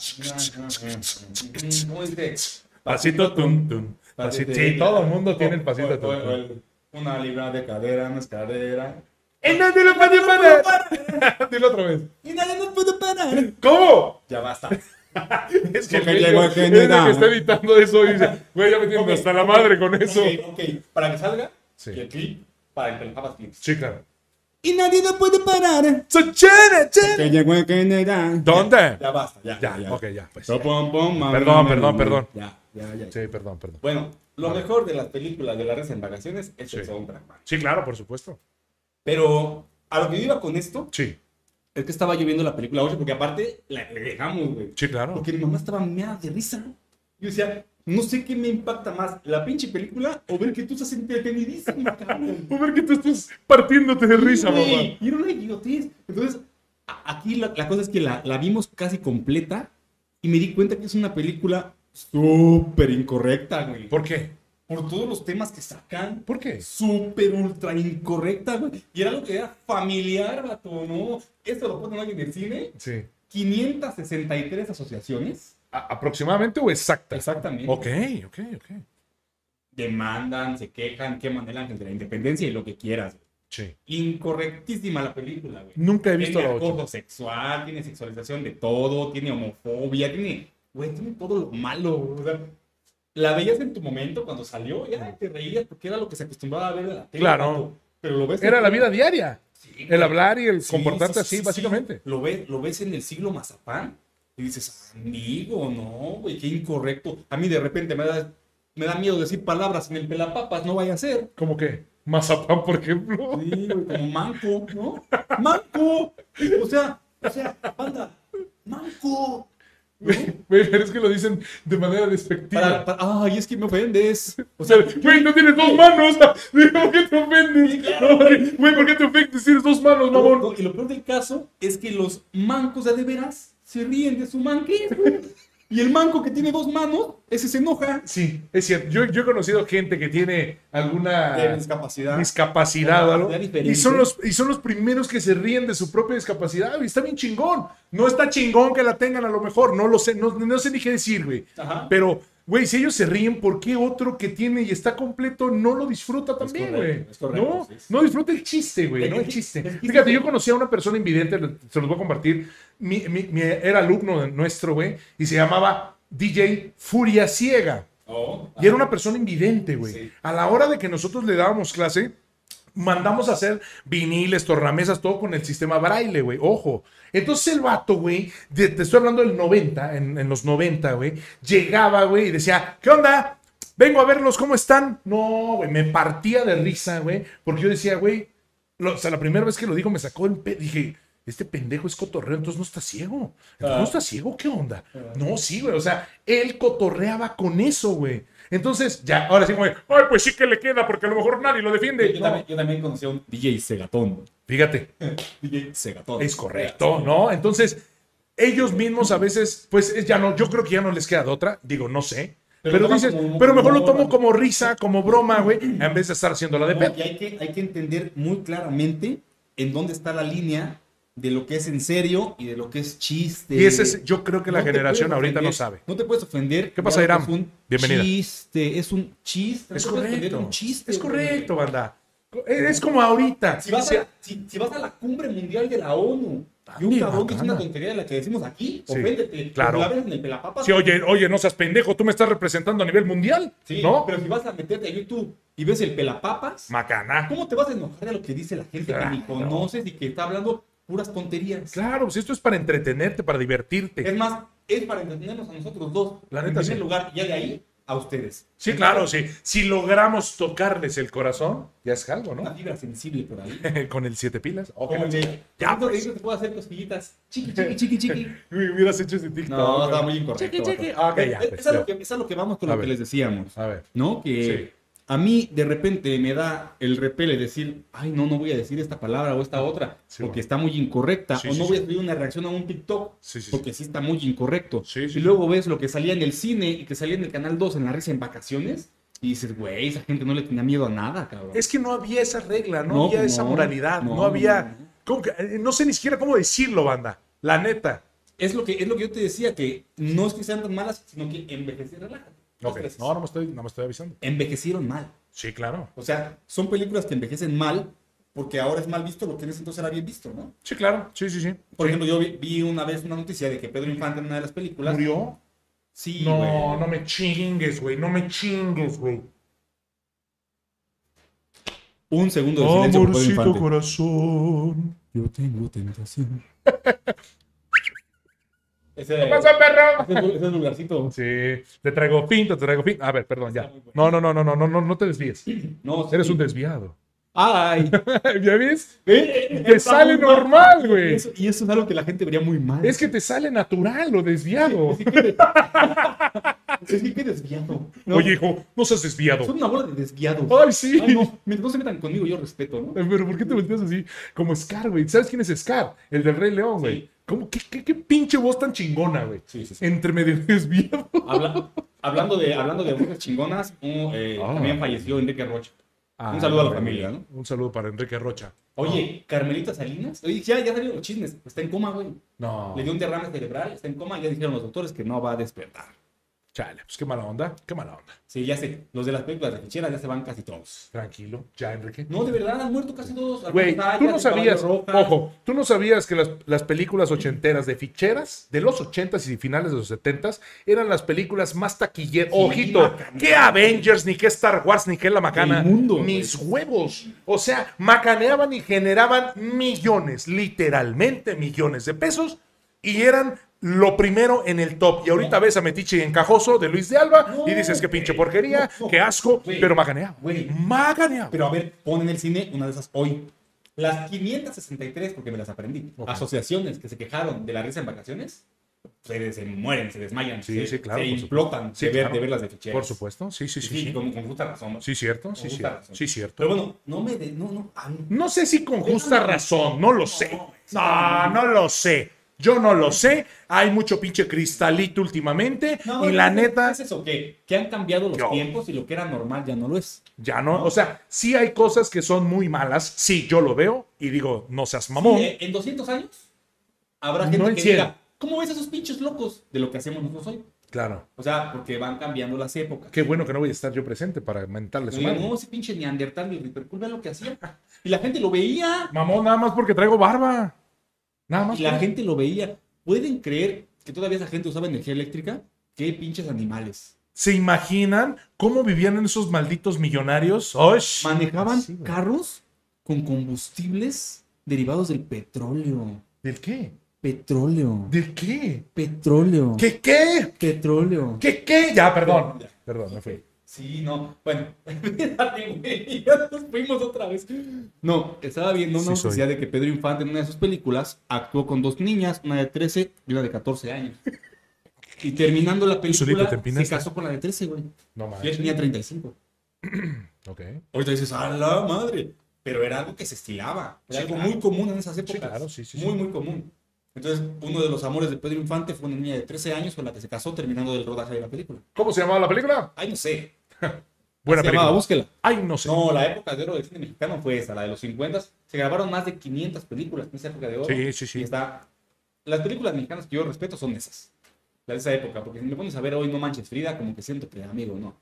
S2: Pasito tum tum. Pasito. Sí, todo el mundo tiene el pasito tum tum.
S1: Una libra de cadera, no es cadera.
S2: ¡Eh, no, dilo, pa- dilo, pa- Dilo otra vez.
S1: Y nadie nos puede parar.
S2: ¿Cómo?
S1: Ya basta.
S2: Es que
S1: Porque
S2: el güey
S1: llegó
S2: es
S1: aquí,
S2: el que
S1: nena.
S2: está editando eso y dice, güey, ya me tienen
S1: Ok,
S2: hasta la
S1: ok,
S2: madre con eso.
S1: Ok, ok. Para que salga,
S2: Sí.
S1: y el clip, para que lo hagas clips.
S2: Sí, claro.
S1: Y nadie nos puede parar.
S2: So, chene, chene.
S1: llegó el general.
S2: ¿Dónde?
S1: Ya basta, ya.
S2: Ya, ok, ya, pues.
S1: Pom, pom, pom, ma,
S2: Perdón,
S1: ma,
S2: perdón,
S1: ma.
S2: perdón.
S1: Ya, ya, ya.
S2: Sí, perdón, perdón.
S1: Bueno, lo mejor de las películas de las redes en vacaciones es
S2: Sí.
S1: el soundtrack. man.
S2: Sí, claro, por supuesto.
S1: Pero a lo que yo iba con esto
S2: Sí,
S1: es que estaba yo viendo la película 8 porque aparte la le dejamos, güey.
S2: sí, claro.
S1: Porque mi mamá estaba meada de risa. Yo decía, no sé qué me impacta más, la pinche película o ver que tú estás entretenidísimo, cabrón.
S2: A ver que tú estás partiéndote de risa,
S1: Güey,
S2: mamá.
S1: Y era una idiotez. Entonces, a- aquí la, la cosa es que la, la vimos casi completa y me di cuenta que es una película súper incorrecta, güey. Por,
S2: ¿Por qué?
S1: por todos los temas que sacan.
S2: ¿Por qué?
S1: Súper ultra incorrecta, güey. Y era lo que era familiar, vato, ¿no? Esto lo ponen alguien del cine.
S2: Sí.
S1: 563 asociaciones.
S2: A- ¿Aproximadamente o exacta?
S1: Exactamente.
S2: Ok, ok, ok.
S1: Demandan, se quejan, queman el ángel de la independencia y lo que quieras.
S2: Sí.
S1: Incorrectísima la película, güey.
S2: Nunca he visto
S1: tiene
S2: la 8.
S1: acoso sexual, tiene sexualización de todo, tiene homofobia, tiene, güey, tiene todo lo malo. güey, o sea, la veías en tu momento cuando salió, ya te reías porque era lo que se acostumbraba a ver en la tele.
S2: Mm. Claro.
S1: vato, Pero lo ves en-
S2: Era la vida diaria.
S1: Sí,
S2: El hablar y el
S1: sí,
S2: comportarte
S1: sí,
S2: así,
S1: sí, sí.
S2: básicamente.
S1: Lo, ves, lo ves en el siglo Mazapán y dices, amigo, no, güey, qué incorrecto. A mí de repente me da, me da miedo decir palabras en el pelapapas, no vaya a ser.
S2: ¿Cómo que? Mazapán, por ejemplo.
S1: Sí, güey, como manco, ¿no? ¡Manco! O sea, o sea, banda, manco. ¿no?
S2: Güey, pero es que lo dicen de manera despectiva.
S1: Para, para- ay, es que me ofendes.
S2: O sea, güey, no tienes dos manos. ¿Por qué te ofendes? Güey, ¿por qué te ofendes? Tienes dos manos, mamón.
S1: No, y lo peor del caso es que los mancos de a de veras se ríen de su manquez, güey. Y el manco que tiene dos manos, ese se enoja.
S2: Sí, es cierto. Yo, yo he conocido gente que tiene alguna
S1: De discapacidad.
S2: discapacidad,
S1: Una
S2: ¿no?
S1: discapacidad diferente.
S2: y son los y son los primeros que se ríen de su propia discapacidad y está bien chingón no está chingón que la tengan a lo mejor no lo sé no, no sé ni qué decir güey
S1: Ajá.
S2: pero Güey, si ellos se ríen, ¿por qué otro que tiene y está completo no lo disfruta también,
S1: correcto,
S2: güey?
S1: es correcto,
S2: no,
S1: sí, sí.
S2: no disfruta el chiste, güey, no el chiste. Fíjate, yo conocí a una persona invidente, le- se los voy a compartir, mi, mi- mi- era alumno de- nuestro, güey, y se llamaba DJ Furia Ciega.
S1: Oh,
S2: Y era una persona invidente, güey.
S1: Sí.
S2: A la hora de que nosotros le dábamos clase, mandamos a hacer viniles, tornamesas, todo con el sistema braille, güey. Ojo. Entonces el vato, güey, de- te estoy hablando del 90, en, en los 90, güey, llegaba, güey, y decía, ¿qué onda? Vengo a verlos, ¿cómo están? No, güey, me partía de risa, güey, porque yo decía, güey, lo- o sea, la primera vez que lo dijo me sacó el pe... Dije, este pendejo es cotorreo, entonces no está ciego.
S1: Ah.
S2: Entonces no está ciego, ¿qué onda? No, sí, güey. O sea, él cotorreaba con eso, güey. Entonces, ya, ahora sí, como, de, ay, pues sí que le queda, porque a lo mejor nadie lo defiende.
S1: yo,
S2: No,
S1: también, yo también conocí a un DJ Segatón.
S2: Fíjate,
S1: DJ Segatón.
S2: es correcto, ¿no? Entonces, ellos mismos a veces, pues es- ya no, yo creo que ya no les queda de otra, digo, no sé.
S1: Pero
S2: Pero,
S1: lo toman
S2: dices,
S1: como-
S2: pero mejor lo
S1: como
S2: tomo
S1: broma.
S2: como risa, como broma, güey, en vez de estar haciéndola de
S1: No,
S2: pedo.
S1: y hay que, hay que entender muy claramente en dónde está la línea de lo que es en serio y de lo que es chiste.
S2: Y ese es, yo creo que la
S1: No te
S2: generación
S1: puedes
S2: ahorita no
S1: ofender,
S2: sabe.
S1: No te puedes ofender.
S2: ¿Qué pasa,
S1: de algo
S2: Iram?
S1: que Es un
S2: Bienvenida.
S1: chiste, es un chiste. no
S2: Es
S1: te puedes ofender de
S2: correcto.
S1: un chiste,
S2: es
S1: güey.
S2: correcto, banda. Es como ahorita.
S1: Si vas,
S2: Sí,
S1: a, si, si vas a la cumbre mundial de la ONU y un
S2: Dale,
S1: cabrón que es una
S2: bacana.
S1: tontería de la que decimos aquí,
S2: Sí,
S1: oféndete.
S2: claro.
S1: La ves en el pelapapas.
S2: Sí, oye, oye, no seas pendejo, tú me estás representando a nivel mundial.
S1: Sí,
S2: ¿No?
S1: pero si vas a meterte a YouTube y ves el pelapapas,
S2: Macana.
S1: ¿cómo te vas a enojar de lo que dice la gente que ni
S2: Claro.
S1: conoces y que está hablando puras tonterías?
S2: Claro, pues esto es para entretenerte, para divertirte.
S1: Es más, es para entretenernos a nosotros dos.
S2: La
S1: en
S2: neta,
S1: primer
S2: sí.
S1: lugar, ya de ahí, a ustedes.
S2: Sí, claro, sí. Si logramos tocarles el corazón, ya es algo,
S1: Una
S2: ¿no?
S1: fibra sensible por ahí.
S2: Con el siete pilas. Oh, que
S1: Como
S2: la
S1: de-
S2: ch- ya,
S1: tanto que
S2: pues.
S1: dices, te puedo hacer cosquillitas. Chiqui, chiqui, chiqui, chiqui.
S2: Me hubieras hecho ese TikTok.
S1: No, está
S2: güey.
S1: muy incorrecto.
S2: Chiqui, chiqui.
S1: vato.
S2: pues. Ok, ya,
S1: Ah, Es-
S2: pues,
S1: es, a
S2: ya.
S1: lo que, es a lo que vamos con
S2: A
S1: lo
S2: ver.
S1: que les decíamos.
S2: A ver.
S1: ¿No? Que a mí de repente me da el repele decir, ay, no, no voy a decir esta palabra o esta otra,
S2: Ah, Sí,
S1: porque
S2: bueno.
S1: está muy incorrecta.
S2: Sí,
S1: o
S2: sí,
S1: no voy a
S2: sí.
S1: subir una reacción a un TikTok,
S2: Sí, sí, sí.
S1: porque sí está muy incorrecto.
S2: Sí, sí,
S1: y luego ves lo que salía en el cine y que salía en el Canal 2 en la risa en vacaciones. Y dices, güey, esa gente no le tenía miedo a nada, cabrón.
S2: Es que no había esa regla, no,
S1: No, pues
S2: había esa
S1: no,
S2: moralidad, no,
S1: no,
S2: había.
S1: no, no.
S2: ¿Cómo que- eh, no sé ni siquiera cómo decirlo, banda. La neta.
S1: Es lo que, es lo que yo te decía, que no es que sean tan malas, sino que envejecer, relájate.
S2: Ok,
S1: Gracias.
S2: No, no me, estoy, no me estoy avisando.
S1: Envejecieron mal.
S2: Sí, claro.
S1: O sea, son películas que envejecen mal porque ahora es mal visto lo que en ese entonces era bien visto, ¿no?
S2: Sí, claro. Sí, sí, sí.
S1: Por ejemplo, yo vi, vi una vez una noticia de que Pedro Infante en una de las películas.
S2: ¿Murió?
S1: Sí,
S2: No,
S1: güey.
S2: no me chingues, güey. No me chingues, güey.
S1: Un segundo de silencio por Pedro Infante.
S2: corazón.
S1: Yo tengo tentación. ese,
S2: ¿Qué pasa, perro?
S1: ese, ese lugarcito.
S2: Sí, te traigo pinta, te traigo pinta. A ver, perdón, ya.
S1: Está muy bueno.
S2: No, no, no, no, no, no, no, no te desvíes.
S1: No, sí.
S2: Eres un desviado.
S1: Ay.
S2: ¿Ya ves?
S1: Te
S2: Te sale normal, güey.
S1: Eso- y eso es algo que la gente vería muy mal.
S2: Es que te sale natural lo desviado.
S1: Así que- Así que desviado. No,
S2: Oye, hijo, no seas desviado.
S1: Son una bola de desviados.
S2: Ay, sí.
S1: Ay, no. Mientras no se metan conmigo, yo respeto, ¿no?
S2: Pero ¿por qué te volteas así? Como Scar, güey. ¿Sabes quién es Scar? El del Rey León, güey.
S1: Sí.
S2: ¿Cómo? ¿Qué, qué, qué pinche voz tan chingona, güey?
S1: Sí, sí, sí.
S2: Entre medio desviado.
S1: Habla- hablando de hablando de voces chingonas, un, eh,
S2: Ah.
S1: también falleció Enrique Rocha.
S2: Ah,
S1: saludo a la
S2: güey.
S1: familia, ¿no?
S2: Un saludo para Enrique Rocha.
S1: Oye, Carmelita Salinas, oye, ya, ya salieron los chismes, está en coma, güey.
S2: No.
S1: Le dio un derrame cerebral, está en coma, ya dijeron los doctores que no va a despertar.
S2: Chale, pues qué mala onda, qué mala onda.
S1: Sí, ya sé, los de las películas de ficheras ya se van casi todos.
S2: Tranquilo, ya, Enrique.
S1: No, de verdad, han muerto casi todos.
S2: Güey,
S1: Alfonso
S2: tú
S1: Sayas,
S2: no
S1: el
S2: sabías,
S1: Caballo Rojas.
S2: ojo, tú no sabías que las, las películas ochenteras de ficheras de los ochentas y finales de los setentas eran las películas más taquilleras.
S1: Sí,
S2: Ojito,
S1: macaneras.
S2: que Avengers, ni que Star Wars, ni que La Macana.
S1: El mundo, güey.
S2: mis huevos. O sea, macaneaban y generaban millones, literalmente millones de pesos y eran lo primero en el top. Y ahorita ves a Metiche y Encajoso de Luis de Alba
S1: No,
S2: y dices que pinche
S1: güey.
S2: porquería,
S1: No, no.
S2: que asco,
S1: Güey.
S2: pero macaneaba.
S1: Güey.
S2: Macaneaba.
S1: Pero a ver, pon en el cine una de esas hoy. Las 563, porque me las aprendí,
S2: Ok.
S1: asociaciones que se quejaron de la risa en vacaciones, se, se mueren, se desmayan,
S2: Sí,
S1: se,
S2: sí, claro,
S1: se
S2: por supuesto.
S1: implotan
S2: Sí,
S1: de, ver,
S2: claro.
S1: de ver las de ficheras.
S2: Por supuesto, sí, sí,
S1: Sí,
S2: sí. sí.
S1: Con, con justa razón.
S2: Sí, cierto,
S1: Con
S2: sí,
S1: justa
S2: cierto.
S1: razón.
S2: Sí, cierto.
S1: Pero bueno, no me... De, no, no, a mí-
S2: No sé si con justa razón, no lo sé. No, no lo sé. Yo no lo sé. Hay mucho pinche cristalito últimamente.
S1: No,
S2: y la
S1: ¿qué es-
S2: neta,
S1: qué es eso? Que, que han cambiado los
S2: Yo.
S1: tiempos y lo que era normal ya no lo es.
S2: ya no. O sea, sí hay cosas que son muy malas. Sí, yo lo veo y digo, no seas mamón.
S1: Y, eh, en 200 años habrá
S2: No
S1: gente
S2: en
S1: que
S2: 100.
S1: diga, ¿cómo ves a esos pinches locos de lo que hacemos nosotros hoy?
S2: Claro.
S1: O sea, porque van cambiando las épocas.
S2: Qué bueno que no voy a estar yo presente para mentarles
S1: Yo digo, no, ese pinche Neandertal de Liverpool, ve lo que hacía. Y la gente lo veía.
S2: Mamón, nada más porque traigo barba. Nada más.
S1: Y la
S2: por-
S1: gente lo veía. ¿Pueden creer que todavía esa gente usaba energía eléctrica? Qué pinches animales.
S2: ¿Se imaginan cómo vivían esos malditos millonarios? ¡Osh!
S1: Manejaban
S2: Sí, güey.
S1: carros con combustibles derivados del petróleo.
S2: ¿Del qué?
S1: Petróleo.
S2: ¿Del qué?
S1: Petróleo.
S2: ¿Qué qué?
S1: Petróleo.
S2: ¿Qué qué? Ya, perdón. Perdón, me fui.
S1: Sí, no. Bueno, espérate, güey. Ya nos fuimos otra vez. No, estaba viendo una
S2: Sí soy.
S1: noticia de que Pedro Infante en una de sus películas actuó con dos niñas, una de 13 y una de 14 años. Y terminando la
S2: solito
S1: película,
S2: te
S1: se
S2: empinaste. Ah,
S1: casó con la de 13, güey.
S2: No
S1: Yo
S2: mames.
S1: tenía 35.
S2: Ok.
S1: Ahorita dices, a la madre. Pero era algo que se estilaba. Era algo muy común en esas épocas.
S2: claro, sí, sí,
S1: Muy,
S2: sí.
S1: muy común. Entonces, uno de los amores de Pedro Infante fue una niña de 13 años con la que se casó terminando el rodaje de la película.
S9: ¿Cómo se llamaba la película?
S1: Ay, no sé.
S2: Buena
S1: se llamaba,
S2: película.
S1: búsquela.
S2: Ay, no sé.
S1: No, la época de oro del cine mexicano fue esa, la de los 50. Se grabaron más de 500 películas en esa época de oro.
S2: Sí, sí, sí.
S1: Y está... Las películas mexicanas que yo respeto son esas. Las de esa época. Porque si me pones a ver hoy No Manches Frida, como que siento que, amigo, no.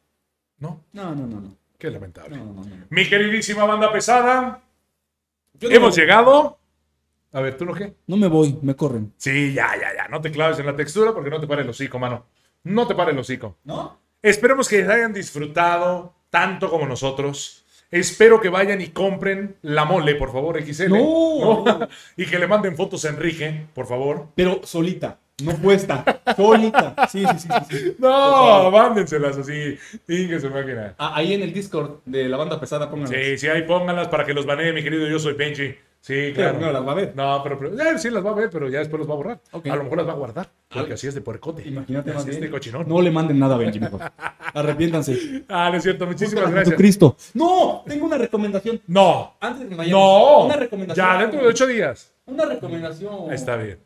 S2: No.
S1: No, no, no, no.
S2: Qué lamentable.
S1: No, no, no.
S9: Mi queridísima banda pesada.
S1: Yo no,
S2: Hemos llegado. A ver, ¿tú no qué?
S1: no me voy, me corren.
S2: Sí, ya, ya, ya. No te claves en la textura porque no te pare el hocico, mano. No te pare el hocico.
S1: ¿No?
S2: Esperemos que hayan disfrutado tanto como nosotros. Espero que vayan y compren la mole, por favor, XL.
S1: No.
S2: y que le manden fotos a Enrique, por favor.
S1: Pero solita, no cuesta. Solita. Sí, sí, sí. sí, sí.
S2: No, mándenselas así. Ingue su máquina.
S1: Ah, ahí en el Discord de la banda pesada, pónganlas.
S2: Sí, sí, ahí pónganlas para que los banee, mi querido. Yo soy Benji. Sí,
S1: Pero
S2: claro.
S1: no las va a ver.
S2: No, pero, pero- eh, sí las va a ver, pero ya después los va a borrar.
S1: Ok.
S2: A lo mejor las va a guardar. Porque
S1: Ah.
S2: así es de puercote.
S1: Imagínate más
S2: así es de
S1: bien.
S2: cochinón.
S1: No le manden nada a Benji, mejor. Arrepiéntanse.
S2: Ah, no es cierto. Muchísimas
S1: Búscala
S2: gracias.
S1: Jesucristo. No, tengo una recomendación.
S2: No.
S1: Antes de que nos vayamos.
S2: No.
S1: Una recomendación. Oh.
S2: Ya, dentro de ocho días.
S1: Una recomendación.
S2: Está bien.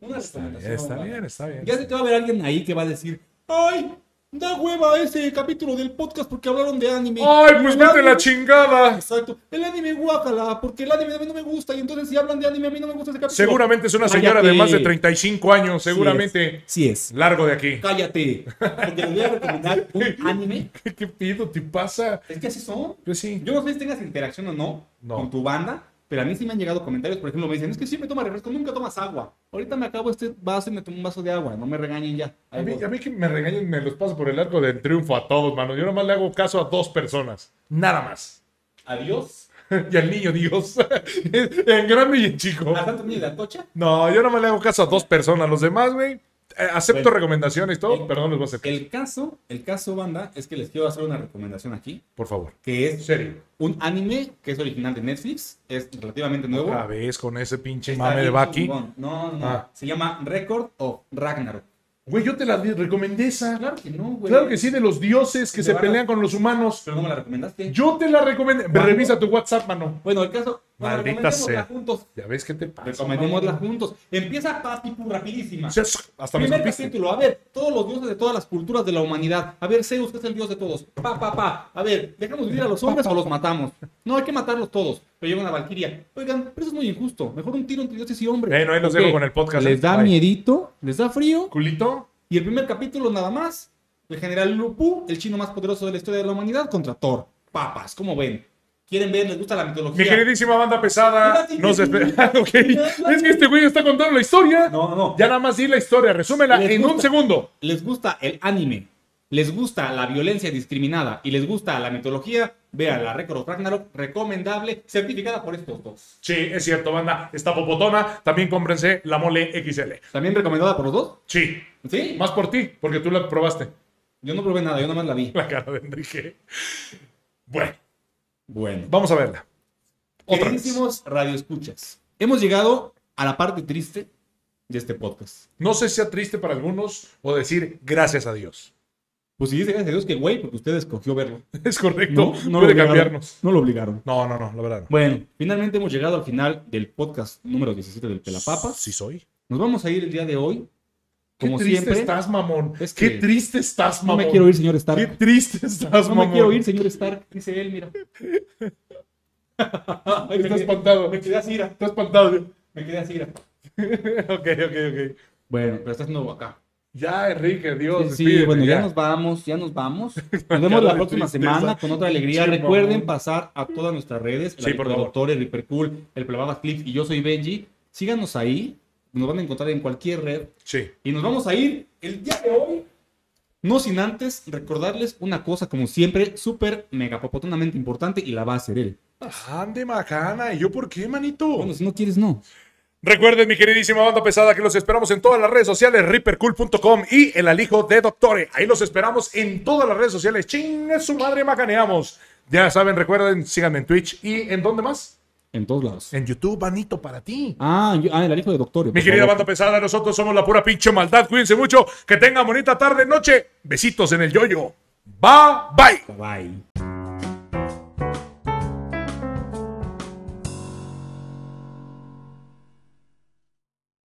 S1: Una recomendación.
S2: Está
S1: vale.
S2: bien, está bien.
S1: Ya sé que va a haber alguien ahí que va a decir, ¡ay! Da hueva ese capítulo del podcast porque hablaron de anime.
S2: Ay, pues
S1: Y
S2: vete
S1: nadie-
S2: la chingada.
S1: Exacto. El anime guácala, porque el anime a mí no me gusta y entonces si hablan de anime a mí no me gusta ese capítulo.
S2: Seguramente es una
S1: Cállate.
S2: señora de más de 35 años, seguramente.
S1: Sí es.
S2: Largo de aquí.
S1: Cállate. Porque les voy a recomendar un anime.
S2: ¿Qué, qué pido te pasa?
S1: Es que así son.
S2: Pues sí.
S1: Yo no sé si tengas interacción o no,
S2: No.
S1: con tu banda, pero a mí sí me han llegado comentarios, por ejemplo, me dicen, es que siempre tomas refresco, nunca tomas agua. Ahorita me acabo este vaso y me tomo un vaso de agua, no me regañen ya.
S2: A
S1: Ahí
S2: mí,
S1: voy.
S2: a mí que me regañen, me los paso por el arco del triunfo a todos, mano. Yo nomás le hago caso a dos personas. Nada más.
S1: Adiós.
S2: Y al niño Dios. en grande y en chico.
S1: ¿A tanto ni la tocha?
S2: No, yo nomás le hago caso a dos personas. Los demás, güey, eh, acepto
S1: Bueno.
S2: recomendaciones y todo.
S1: El-
S2: Perdón, les voy a aceptar.
S1: El caso, el caso, banda, es que les quiero hacer una recomendación aquí,
S2: Por favor.
S1: que es
S2: Serio.
S1: un anime que es original de Netflix, es relativamente nuevo.
S2: Otra vez con ese pinche
S1: Está
S2: mame de
S1: bien
S2: Baki.
S1: chingón. No, no, no.
S2: Ah.
S1: Se llama Record of Ragnarok.
S2: Güey, yo te la di- recomendé esa.
S1: Claro que no, güey.
S2: Claro que sí, de los dioses que
S1: Me
S2: se
S1: van a-
S2: pelean con los humanos.
S1: Pero no me la recomendaste.
S2: Yo te la recomiendo.
S1: ¿Cuándo?
S2: Revisa tu WhatsApp, mano.
S1: Bueno, el caso, bueno,
S2: Maldita
S1: recomendémosla
S2: sea.
S1: juntos.
S2: Ya ves qué te pasa.
S1: Recomendémosla
S2: mano.
S1: juntos. Empieza Papi Pu, rapidísima.
S2: O sea, es- Hasta me
S1: Primer
S2: escupiste.
S1: capítulo, a ver, todos los dioses de todas las culturas de la humanidad. A ver, Zeus, que es el dios de todos. Pa, pa, pa. A ver, ¿dejamos vivir a los hombres o los matamos? No, hay que matarlos todos. Pero llega una valquiria. Oigan, pero eso es muy injusto. Mejor un tiro entre dioses y hombres.
S2: Bueno, Eh, ahí los
S1: Porque
S2: dejo con el podcast. ¿eh?
S1: Les da
S2: Bye.
S1: miedito, les da frío.
S2: ¿Culito?
S1: Y el primer capítulo nada más, el general Lupu, el chino más poderoso de la historia de la humanidad, contra Thor. Papas, ¿cómo ven? ¿Quieren ver? ¿Les gusta la mitología?
S2: Mi queridísima banda pesada.
S1: Espérate,
S2: Nos
S1: espérate.
S2: despedimos. ok. Es que este güey está contando la historia.
S1: No, no.
S2: Ya nada más di la historia. Resúmela
S1: Les
S2: en un
S1: gusta.
S2: segundo.
S1: les gusta el anime, les gusta la violencia discriminada y les gusta la mitología, vean la Record of Ragnarok, recomendable, certificada por estos dos.
S2: Sí, es cierto, banda. Está popotona. También cómprense la mole XL.
S1: ¿También recomendada por los dos?
S2: Sí.
S1: ¿Sí?
S2: Más por ti, porque tú la probaste.
S1: Yo no probé nada, yo nada más la vi.
S2: La cara de Enrique. Bueno,
S1: Bueno.
S2: vamos a verla. Otra vez.
S1: Queridísimos radioescuchas, hemos llegado a la parte triste de este podcast.
S2: No sé si sea triste para algunos o decir gracias a Dios.
S1: Pues si dice gracias a Dios que güey, porque usted escogió verlo.
S2: Es correcto.
S1: lo
S2: Puede
S1: obligaron,
S2: cambiarnos.
S1: No lo obligaron.
S2: No, no, no, la verdad. no.
S1: Bueno, finalmente hemos llegado al final del podcast número 17 del Pelapapas.
S2: Sí soy.
S1: Nos vamos a ir el día de hoy.
S2: Qué
S1: Como
S2: triste
S1: siempre,
S2: estás, mamón.
S1: Es
S2: Qué
S1: que-
S2: triste estás,
S1: no
S2: mamón.
S1: me quiero ir, señor Stark.
S2: Qué triste estás,
S1: No
S2: mamón.
S1: me quiero ir, señor Stark, dice él, mira. Ay, me,
S2: Está
S1: quedé,
S2: espantado.
S1: me quedé así, era.
S2: Está espantado. ok,
S1: me quedé así. era.
S2: ok, ok.
S1: Bueno, pero estás nuevo acá.
S2: Ya, Enrique, Dios.
S1: Sí,
S2: despídete,
S1: bueno, ya
S2: ya.
S1: nos vamos, ya nos vamos. Nos vemos la
S2: de
S1: próxima
S2: tristeza.
S1: semana con otra alegría.
S2: Sí,
S1: Recuerden
S2: mamón.
S1: pasar a todas nuestras redes, la
S2: Sí,
S1: de
S2: por favor.
S1: Doctor, el Ripercool, el Plababas Clips y yo soy Benji. Síganos ahí, nos van a encontrar en cualquier red.
S2: Sí.
S1: Y nos vamos a ir el día de hoy. No sin antes recordarles una cosa, como siempre, súper mega popotonamente importante y la va a hacer él.
S2: Ande macana. ¿Y yo por qué, manito?
S1: Bueno, si no quieres, no.
S2: Recuerden, mi queridísima banda pesada, que los esperamos en todas las redes sociales, rippercool.com y el alijo de Doctore. Ahí los esperamos en todas las redes sociales. Chingue su madre, macaneamos. Ya saben, recuerden, síganme en Twitch. ¿Y en dónde más?
S1: En todos lados.
S2: En YouTube, manito, para ti.
S1: Ah, yo- ah, el hijo de doctor.
S2: Mi querida banda pesada, nosotros somos la pura pinche maldad. Cuídense mucho. Que tengan bonita tarde, noche. Besitos en el yoyo. Bye, bye.
S1: Bye.